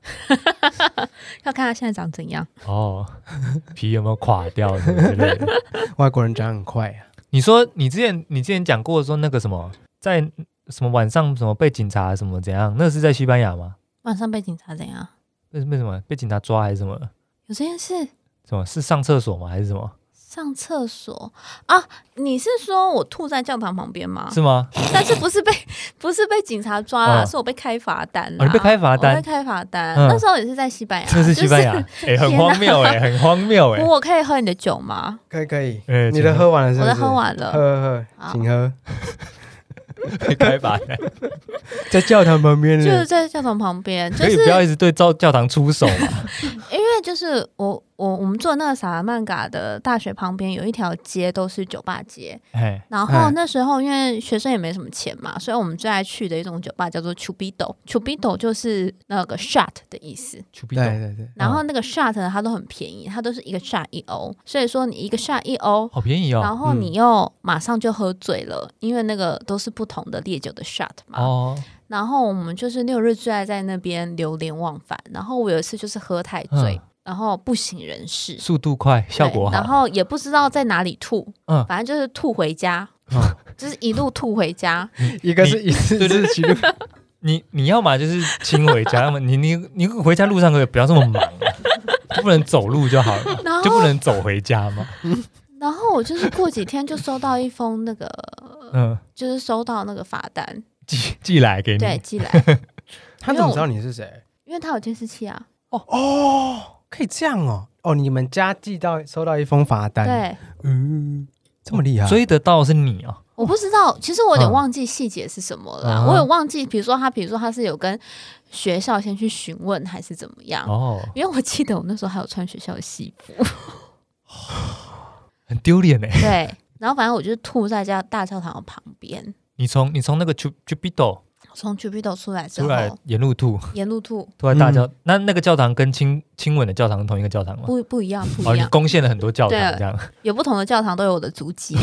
S2: 要看他现在长怎样，
S1: 哦， 皮有没有垮掉什么之类的。
S3: 外国人长很快啊。
S1: 你说你之前你之前讲过说那个什么，在什么晚上什么被警察什么怎样，那是在西班牙吗？
S2: 晚上被警察怎样？
S1: 为为什么被警察抓还是什么？
S2: 有这件事。
S1: 什么是上厕所吗？还是什么？
S2: 上厕所啊？你是说我吐在教堂旁边吗？
S1: 是 吗？
S2: 但是不是被不是被警察抓了，
S1: 嗯
S2: 是我被开罚单啦、
S1: 哦你被开罚单
S2: 我被开罚单。
S1: 嗯
S2: 那时候也是在西班牙，
S1: 这是西班牙，
S2: 就是
S1: 哎、很荒谬哎、很荒谬 哎、
S2: 我可以喝你的酒吗？
S3: 可以可以，
S1: 哎
S3: 你的喝完了是
S2: 我
S3: 不是？
S2: 都喝完
S3: 喝
S2: 了，
S3: 喝喝，
S2: 好
S3: 请喝，
S1: 被开罚单，
S3: 在教堂旁边
S2: 就是
S3: 的。
S2: 在教堂旁边，就
S1: 可以
S2: 是
S1: 不要一直对教教堂出手嘛？
S2: 因为就是我我我们住的那个萨拉曼嘎的大学旁边有一条街都是酒吧街，
S1: 哎，
S2: 然
S3: 哎
S2: 后那时候因为学生也没什么钱嘛，所以我们最爱去的一种酒吧叫做 Chubito。Chubito 就是那个 shot 的意思。
S1: 丘 比
S3: 对
S1: 特
S3: 对对，
S2: 然后那个 shot 呢它都很便宜，它都是一个 shot 一欧，所以说你一个 shot 一欧，
S1: 好便宜哦
S2: 然后
S3: 嗯
S2: 你又马上就喝醉了，因为那个都是不同的烈酒的 shot 嘛。
S1: 哦，
S2: 然后我们就是六日最爱在那边流连忘返。然后我有一次就是喝太醉，
S1: 嗯
S2: 然后不省人事，
S1: 速度快，效果
S2: 对然
S1: 好，
S2: 后也不知道在哪里吐，
S1: 嗯
S2: 反正就是吐回家，
S3: 嗯
S2: 就是一路吐 回家。
S3: 一个是一次
S1: 对对
S3: 是记录，
S1: 你你要嘛就是亲回家，要么 你你你回家路上可以不要这么忙、 就不能走路就好了，
S2: 然
S1: 就不
S2: 后，
S1: 能走回家吗？
S2: 然后我就是过几天就收到一封那个，
S1: 嗯，
S2: 就是收到那个罚单，
S1: 寄寄来给你，
S2: 对，寄 来，
S3: 他怎么知道你是谁？
S2: 因为他有监视器啊，
S3: 哦，可以这样哦，哦，你们家寄到收到一封罚单，，
S2: 对。
S3: 嗯，这么厉害，
S1: 追得到是你哦，
S2: 我不知道，其实我有
S1: 嗯
S2: 点忘记细节是什么了啦。
S1: 嗯哼
S2: 我有忘记，比如说他，比如说他是有跟学校先去询问，还是怎么样？
S1: 哦，
S2: 因为我记得我那时候还有穿学校的西服，
S1: 很丢脸哎！
S2: 对。 然后反正我就吐在家大教堂旁边，
S1: 你从你从那个 Ju- Jupiter
S2: 从 Jupiter 出来之
S1: 出来
S2: 后，
S1: 沿路吐，
S2: 沿路吐，
S1: 吐在大教，那那个教堂跟亲亲吻的教堂是同一个教堂吗？
S2: 不不一样，不
S1: 哦，
S2: 一
S1: 你
S2: 样，
S1: 攻陷了很多教堂
S2: 对
S1: 这样，
S2: 有不同的教堂都有我的 足迹，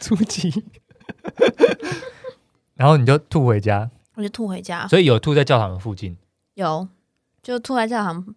S3: 初级，
S1: 然后你就吐回家，
S2: 我就吐回家。
S1: 所以有吐在教堂的附近，
S2: 有，就吐在教堂，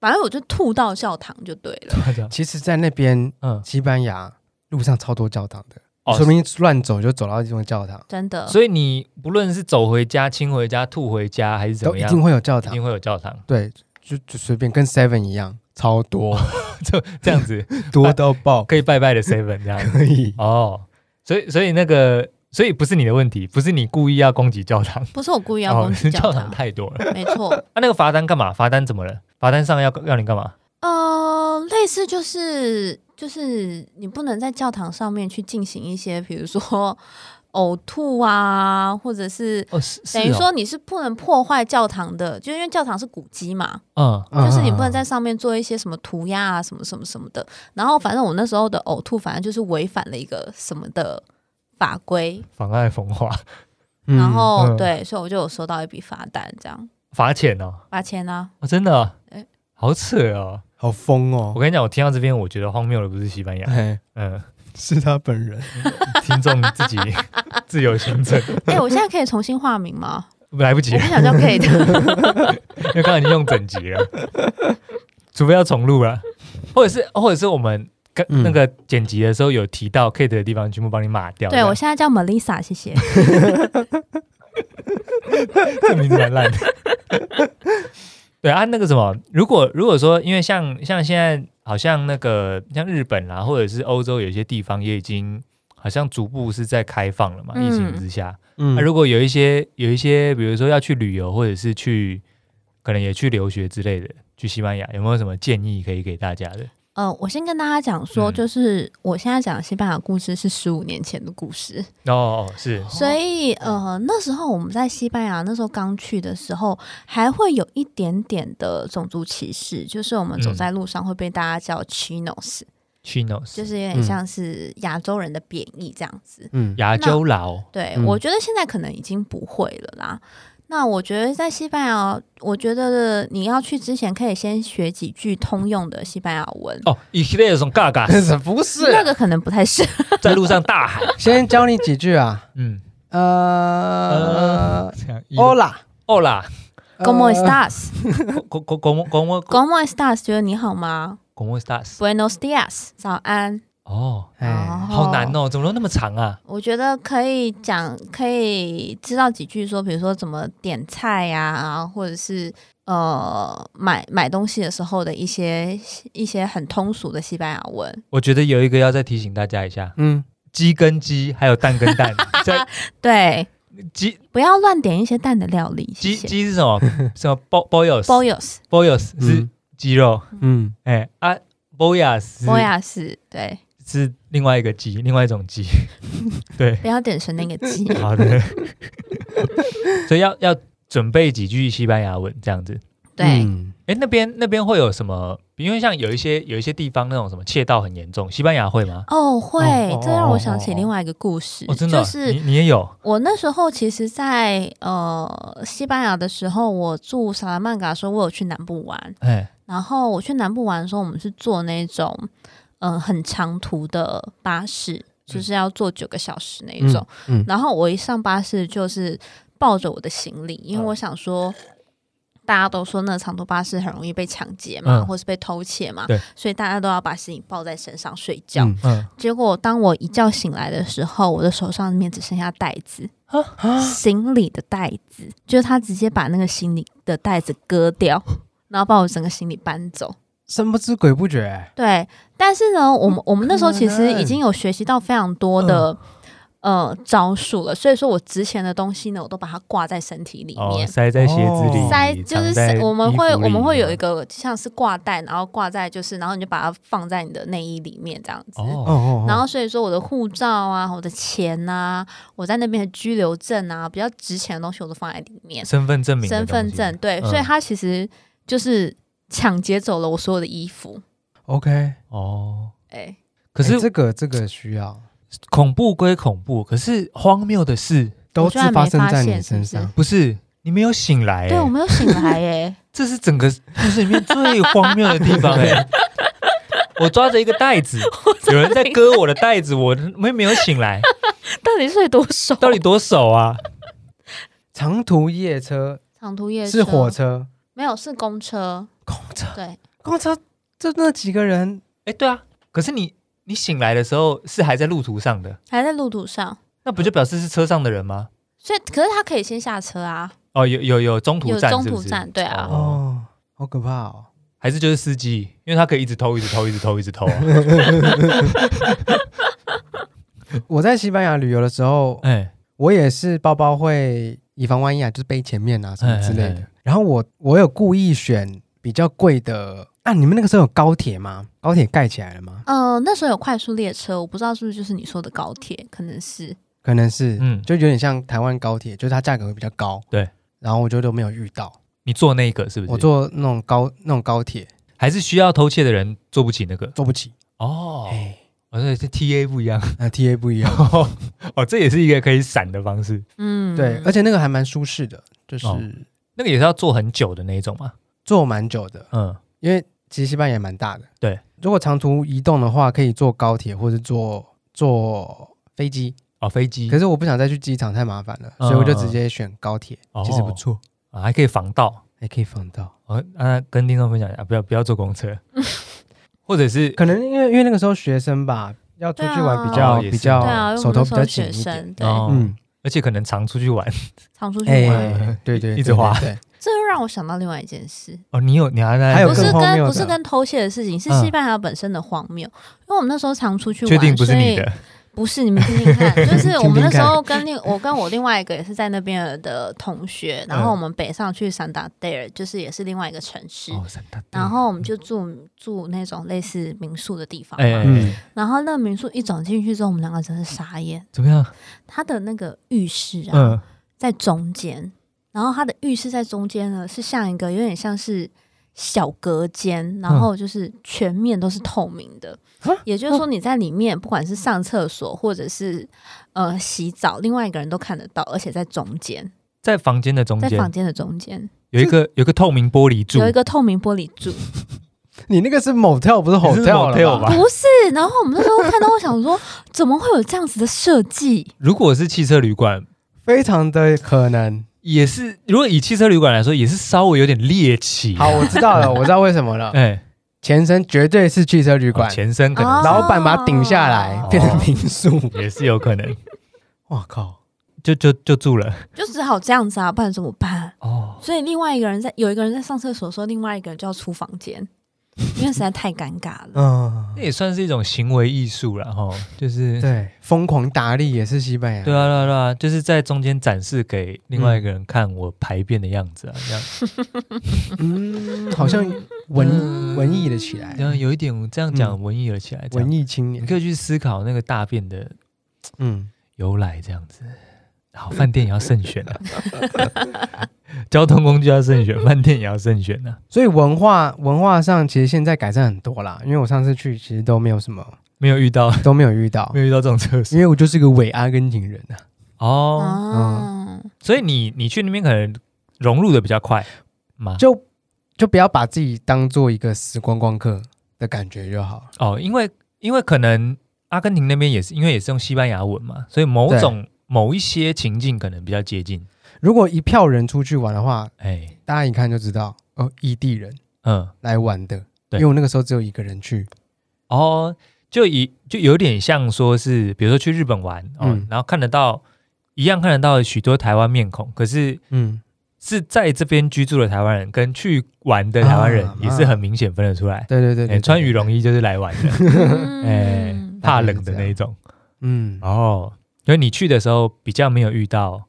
S2: 反正我就吐到教堂就对了。
S1: 这样，
S3: 其实，在那边
S1: 嗯，
S3: 西班牙路上超多教堂的，
S1: 哦
S3: 说明乱走就走到这种教堂，
S2: 真的，
S1: 所以你不论是走回家、亲回家、吐回家还是怎
S3: 都
S1: 么
S3: 一
S1: 样，
S3: 定会有教
S1: 一
S3: 堂
S1: 定，会有教堂，
S3: 对，就就随便跟 Seven 一样，超多
S1: 就这样子
S3: 多到爆，
S1: 可以拜拜的 seven 这样 子。
S3: 可以，
S1: 哦，所以所以那个，所以不是你的问题，不是你故意要攻击教堂，
S2: 不是我故意要攻击
S1: 哦、教
S2: 堂，
S1: 太多了。
S2: 没错。
S1: 啊，那个罚单干嘛？罚单怎么了？罚单上要要你干嘛？
S2: 呃，类似就是就是你不能在教堂上面去进行一些，比如说 呕吐啊，或者是
S1: 哦，是是
S2: 等于
S1: 哦
S2: 说你是不能破坏教堂的，就因为教堂是古迹嘛，
S1: 嗯，
S3: 啊
S2: 就是你不能在上面做一些什么涂鸦啊、什么什么什么的。然后反正我那时候的呕吐，反正就是违反了一个什么的法规，
S1: 妨碍风化，
S3: 嗯，
S2: 然后、
S1: 嗯
S2: 对，所以我就有收到一笔罚单，这样
S1: 罚钱哦，
S2: 八千啊。
S1: 哦真的哦
S2: 哎，
S1: 好扯哦！
S3: 好疯
S1: 我
S3: 哦，
S1: 跟你讲，我听到这边，我觉得荒谬的不是西班牙，
S3: 哎，
S1: 嗯，
S3: 是他本人，
S1: 听众自己 自由行政，
S2: 哎、我现在可以重新化名吗？
S1: 来不及
S2: 我
S1: 了
S2: 不，想叫 Kate，
S1: 因为刚刚已经用整集了，除非要重录了，或者是或者是我们跟
S3: 嗯
S1: 那个剪辑的时候有提到 Kate 的地方，全部帮你码掉。
S2: 对我现在叫 Melissa，谢谢。
S1: 这 名字蛮烂的。对啊，那个什么，如果如果说，因为像像现在好像那个像日本啦、或者是欧洲有一些地方也已经好像逐步是在开放了嘛，
S2: 嗯
S1: 疫情之下，那、
S3: 嗯
S1: 如果有一些有一些，比如说要去旅游，或者是去可能也去留学之类的，去西班牙，有没有什么建议可以给大家的？
S2: 呃，我先跟大家讲说，
S1: 嗯
S2: 就是我现在讲的西班牙故事是十五年前的故事，
S1: 哦，是，
S2: 所以呃，那时候我们在西班牙，那时候刚去的时候，还会有一点点的种族歧视，就是我们走
S1: 嗯
S2: 在路上会被大家叫 chinos，、
S1: chinos
S2: 就是有
S3: 嗯
S2: 点像是亚洲人的贬义这样子。
S3: 嗯
S1: 牙洲佬，
S2: 对，
S3: 嗯
S2: 我觉得现在可能已经不会了啦。那我觉得在西班牙，我觉得你要去之前可以先学几句通用的西班牙文，
S1: 哦，以色列种嘎 嘎
S3: 不 是
S2: 那个可能不太适合。
S1: 在路上大喊，
S3: 先教你几句 啊，
S1: 嗯，
S3: 呃
S1: 这样
S3: ，Hola。
S1: 哦啦。
S2: Como
S3: 呃
S2: estás?
S1: ¿Cómo, cómo, cómo,
S2: Como estás? 就是你好吗
S1: cómo estás？
S2: ？Buenos dias，早安。
S1: 哦，
S3: 哎，
S1: 好难。哦，怎么都那么长啊？
S2: 我觉得可以讲，可以知道几句说，比如说怎么点菜呀、啊，或者是呃买买东西的时候的一些一些很通俗的西班牙文。
S1: 我觉得有一个要再提醒大家一下，
S3: 嗯，
S1: 鸡跟鸡还有蛋 跟蛋，在
S2: 对，
S1: 鸡
S2: 不要乱点一些蛋的料理。谢
S1: 鸡
S2: 谢。
S1: 鸡是什 么？什么 bo boyos
S2: Boyos
S1: boyos 是
S3: 嗯
S1: 鸡肉，
S3: 嗯，
S1: 哎啊 boyas 是
S2: Boyas，对，
S1: 是另外一个鸡，另外一种 鸡，对，
S2: 不要点成那个鸡。
S1: 好的，所以要要准备几句西班牙文这样子。
S2: 对，
S3: 嗯
S1: 哎，那边那边会有什么？因为像有一些有一些地方那种什么窃盗很严重，西班牙会吗？
S2: 哦，会
S1: 哦哦，
S2: 这让
S1: 哦
S2: 我想起
S1: 哦
S2: 另外一个故事，
S1: 哦，真的啊，
S2: 呃就是
S1: 你你也有
S2: 我那时候其实在，呃西班牙的时候，我住萨拉曼嘎的时候，我有去南部玩。
S1: 哎，
S2: 然后我去南部玩的时候，我们是坐那种嗯、呃很长途的巴士，就是要坐九个小时那一种。
S3: 嗯嗯
S2: 然后我一上巴士就是抱着我的行李，因为
S1: 嗯
S2: 我想说。大家都说那长途巴士很容易被抢劫嘛，
S1: 嗯
S2: 或是被偷窃嘛
S1: 对，
S2: 所以大家都要把行李抱在身上睡觉。
S3: 嗯
S1: 嗯，
S2: 结果当我一觉醒来的时候，我的手上面只剩下袋子，
S3: 嗯啊
S2: 行李的袋子，就是他直接把那个行李的袋子割掉，然后把我整个行李搬走。
S3: 神不知鬼不觉，
S2: 对，但是呢，我们我们那时候其实已经有学习到非常多的、呃招数了，所以说我值钱的东西呢，我都把它挂在身体里
S1: 哦，
S2: 面。
S1: 塞在鞋子里，
S3: 哦
S2: 塞就是
S1: 藏在
S2: 是我们
S1: 衣
S2: 会
S1: 服里
S2: 我们会有一个像是挂带，然后挂在就是，然后你就把它放在你的内衣里面这样子。
S3: 哦
S1: 哦，
S3: 哦，
S2: 然后所以说我的护照啊，我的钱呐、我在那边的居留证啊，比较值钱的东西我都放在里面，
S1: 身份证明，
S2: 身份证，对，所以
S1: 嗯
S2: 他其实就是抢劫走了我所有的衣服，
S3: OK，
S1: 哦。
S2: 哎，
S1: 可
S3: 哎这
S1: 是
S3: 个这个需要，
S1: 恐怖归恐怖，可是荒谬的是，
S3: 都
S2: 我
S3: 是
S2: 居然没
S3: 发生
S2: 发
S3: 在你
S2: 现是
S3: 身
S2: 不是
S3: 上，
S1: 不是你没有醒来、
S2: 对我
S1: 哎，
S2: 没有醒来耶，
S1: 这是整个故事里面最荒谬的地 方、哎。我抓着一个袋 子，有人在割我的袋子，我没没有醒 来，
S2: 到底睡多熟？
S1: 到底多手啊？
S3: 长途夜车
S2: 长途夜
S3: 是火
S2: 车
S3: 车，
S2: 没有是公 车，
S3: 公车，
S2: 对，
S3: 公车就那几个人，
S1: 哎、对啊，可是你你醒来的时候是还在路途上的，
S2: 还在路途上，
S1: 那不就表示是车上的人吗？
S2: 所以可是他可以先下车啊，
S1: 哦，有有有中途
S2: 有
S1: 站
S2: 中
S1: 是不
S2: 途
S1: 是
S2: 站，对啊，
S3: 哦，好可怕哦，
S1: 还是就是司机，因为他可以一直偷，一直偷，一直偷，一直偷 啊。
S3: 我在西班牙旅游的时候，
S1: 哎，
S3: 我也是包包会以防万一啊，就是背前面啊什么之类
S1: 哎哎
S3: 的。然后我我有故意选比较贵的啊，你们那个时候有高铁吗？高铁盖起来了吗？
S2: 呃，那时候有快速列车，我不知道是不是就是你说的高铁，可能是
S3: 可能是，
S1: 嗯
S3: 就有点像台湾高铁，就是它价格会比较高。
S1: 对，
S3: 然后我就都没有遇到。
S1: 你坐那个是不是？
S3: 我坐那种高那种高铁
S1: 还是需要偷窃的人坐不起那个
S3: 坐不起，
S1: 哦。
S3: 哎、
S1: 哦，那是 T A 不一样
S3: 那 T A 不一样。
S1: 哦，这也是一个可以闪的方式。
S2: 嗯，
S3: 对，而且那个还蛮舒适的，就是
S1: 哦那个也是要坐很久的那一种嘛。
S3: 坐蛮久的，
S1: 嗯，
S3: 因为其实西班牙也蛮大的。
S1: 对，
S3: 如果长途移动的话，可以坐高铁或者坐坐飞机。
S1: 哦，飞机
S3: 可是我不想再去机场，太麻烦了，所以我就直接选高铁，
S1: 嗯哦
S3: 其实不错，
S1: 啊还可以防盗。
S3: 还可以防盗。
S1: 哦，啊，跟听众分享一下，不要不要坐公 车，或者是
S3: 可能因为因为那个时候学生吧，要出去玩比较、
S1: 对啊
S3: 比
S2: 对啊，
S3: 较
S2: 因为
S3: 哦手
S2: 我
S3: 头
S2: 们那时
S3: 比较
S2: 候
S3: 紧
S2: 学
S3: 一点。
S2: 生，对，
S1: 哦
S3: 嗯，
S1: 而且可能常出去玩
S2: 常出去
S3: 哎、
S2: 玩。
S3: 对对，
S1: 一直
S3: 对
S1: 滑
S3: 对，
S2: 这又让我想到另外一件事，
S1: 哦。你有你还在
S3: 还有
S2: 不
S3: 更
S2: 是
S3: 荒谬
S2: 跟
S3: 的
S2: 不是跟偷窃的事情，是
S1: 嗯
S2: 西班牙本身的荒谬。因为我们那时候常出去玩，
S1: 确定不是
S2: 所以
S1: 你的
S2: 不是，你们听 听看，就是我
S3: 听听
S2: 们那时
S3: 看
S2: 候跟另我跟我另外一个也是在那边的同
S1: 嗯
S2: 学，然后我们北上去桑达戴尔，就是也是另外一个城市，
S1: 哦，三大
S2: 然后我们就住住那种类似民宿的地方嘛，
S1: 哎哎哎
S3: 嗯，
S2: 然后那民宿一走进去之后，我们两个真是傻眼，
S1: 怎么样？
S2: 它的那个浴室啊、
S1: 嗯，
S2: 在中间，然后它的浴室在中间呢是像一个有点像是。小隔间，
S1: 嗯
S2: 然后就是全面都是透明的，
S3: 啊
S2: 也就是
S1: 哦
S2: 说你在里面不管是上厕所或者是呃洗澡，另外一个人都看得到，而且在中间，
S1: 在房间的中
S2: 在
S1: 间
S2: 房间的中间
S1: 有一个有一个透明玻璃柱
S2: 有，一个透明玻璃柱，
S3: 你那个是 motel 不是
S1: 你是
S3: hotel 了
S1: motel
S3: 吧
S1: 吧？
S2: 不是。然后我们那时候看到，我想说，怎么会有这样子的设计？
S1: 如果是汽车旅馆，
S3: 非常的可能。
S1: 也是如果以汽车旅馆来说，也是稍微有点猎奇。啊
S3: 好，我知道了，我知道为什 么了。
S1: 哎，
S3: 前身绝对是汽车旅馆
S1: 哦，前身可能
S2: 哦
S1: 是
S3: 老板把它顶下来
S2: 哦
S3: 变成民宿。
S1: 也是有可能，
S3: 哇靠！
S1: 就就就住了
S2: 就只好这样子啊，不然怎么办？
S1: 哦。
S2: 所以另外一个人在有一个人在上厕所的时候，另外一个人就要出房间，因为实在太尴尬了。
S3: 嗯
S1: 那，也算是一种行为艺术了哈，吼就是
S3: 对，疯狂打力也是西班牙。
S1: 对啊，对啊，对啊，就是在中间展示给另外一个人看我排便的样子啊，这样，
S3: 嗯，好像文
S1: 嗯
S3: 文艺了起来，
S1: 然后有一点这样
S3: 嗯
S1: 讲文艺了起来，这样
S3: 文艺青
S1: 你
S3: 年。
S1: 可以去思考那个大便的
S3: 嗯，
S1: 由来，这样子。好，饭店也要慎选啊， 交通工具要慎选，饭店也要慎选啊。
S3: 所以文化文化上其实现在改善很多啦，因为我上次去其实都没有什么
S1: 没有遇到，
S3: 都没有遇到
S1: 没，有遇到这种厕所
S3: 因为我就是个伪阿根廷人啊。
S1: 哦，
S2: 哦，
S1: 所以你你去那边可能融入的比较快嘛？
S3: 就就不要把自己当做一个死观光客的感觉就好了。
S1: 哦，因为因为可能阿根廷那边也是因为也是用西班牙文嘛，所以某
S3: 对
S1: 种某一些情境可能比较接近。
S3: 如果一票人出去玩的话，
S1: 哎，
S3: 大家一看就知道哦，异地人
S1: 嗯，
S3: 来玩的。
S1: 对
S3: 因为我那个时候只有一个人去，
S1: 哦，就以就有点像说是，比如说去日本玩哦，
S3: 嗯
S1: 然后看得到一样看得到许多台湾面孔，可是
S3: 嗯，
S1: 是在这边居住的台湾人跟去玩的台湾人
S3: 啊
S1: 也是很明显分得出来。
S3: 对对对
S1: 哎，
S3: 对，
S1: 穿羽
S3: 绒，
S1: 绒衣就是来玩的， 哎
S2: 嗯，，
S1: 怕冷的那一 种。
S3: 嗯，
S1: 哦，因为你去的时候比较没有遇到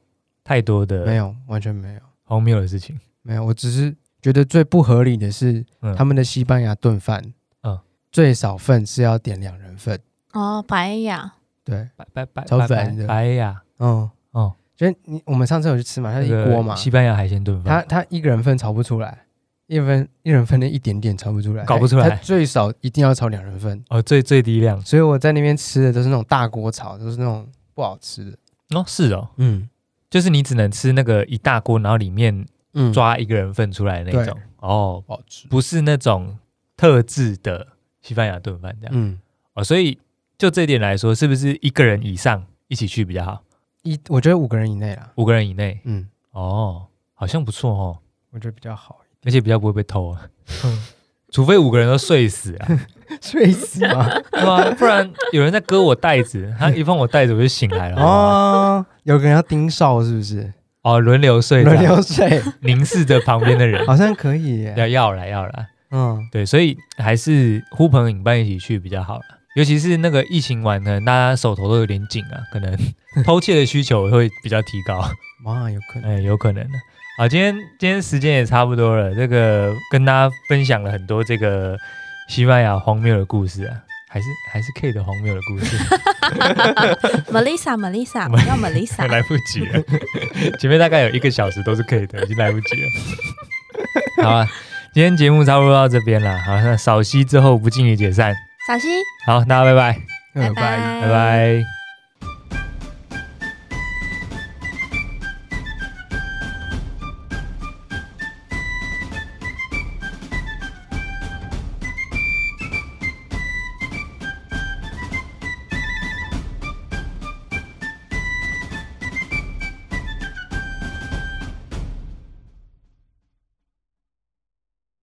S1: 太多
S3: 没
S1: 的
S3: 有，完全没有，
S1: 荒谬的事情。
S3: 没有，我只是觉得最不合理的是
S1: 嗯
S3: 他们的西班牙炖饭，
S1: 嗯
S3: 最少份是要点两人份，
S2: 哦，白呀，
S3: 对，
S1: 白白白
S3: 超
S1: 白
S3: 烦
S1: 白
S3: 的
S1: 白哎呀，
S3: 嗯，
S1: 哦，
S3: 就是你我们上次有去吃嘛，它
S1: 那
S3: 是一
S1: 个
S3: 锅嘛，
S1: 西班牙海鲜炖
S3: 他
S1: 饭，
S3: 他一个人份炒不出来，一人一人份的一点点炒不出来，
S1: 搞不出来
S3: 他最少一定要炒两人份，
S1: 哦，最最低量
S3: 所以我在那边吃的都是那种大锅炒，都是那种不好吃的，
S1: 哦，是哦，
S3: 嗯
S1: 就是你只能吃那个一大锅，然后里面
S3: 嗯，
S1: 抓一个人份出来的那种、哦，
S3: 不好吃，
S1: 不是那种特制的西班牙炖饭这样、
S3: 嗯，
S1: 哦，所以就这一点来说，是不是一个人以上一起去比较好？
S3: 一我觉得五个人以内啦，
S1: 五个人以内
S3: 嗯，
S1: 哦，好像不错哦，
S3: 我觉得比较好，
S1: 而且比较不会被偷啊，
S3: 嗯
S1: 除非五个人都睡死 啊，
S3: 睡死吗？
S1: 对吧、不然有人在割我袋子，他一放我袋子我就醒来了。哦
S3: 哦，有个人要盯梢是不是？
S1: 哦，轮流睡这
S3: 轮
S1: 样，
S3: 流 睡，
S1: 凝视着旁边的人，
S3: 好像可以耶，
S1: 要要来要来。
S3: 嗯，
S1: 对，所以还是呼朋引伴一起去比较好了。尤其是那个疫情完呢，大家手头都有点紧啊，可能偷窃的需求会比较提高，
S3: 哇，有可能，
S1: 哎，有可能的。好，今天今天时间也差不多了，这个跟大家分享了很多这个西班牙荒谬的故事啊，还是还是 K 的荒谬的故事，
S2: Melissa，Melissa，不要 Melissa，
S1: 来不及了，前面大概有一个小时都是 K 的，已经来不及了。好啊，今天节目差不多到这边了，好，那扫息之后不敬礼解散，
S2: 小溪，
S1: 好，大家拜拜，
S2: 拜
S3: 拜
S2: 拜
S1: 拜拜。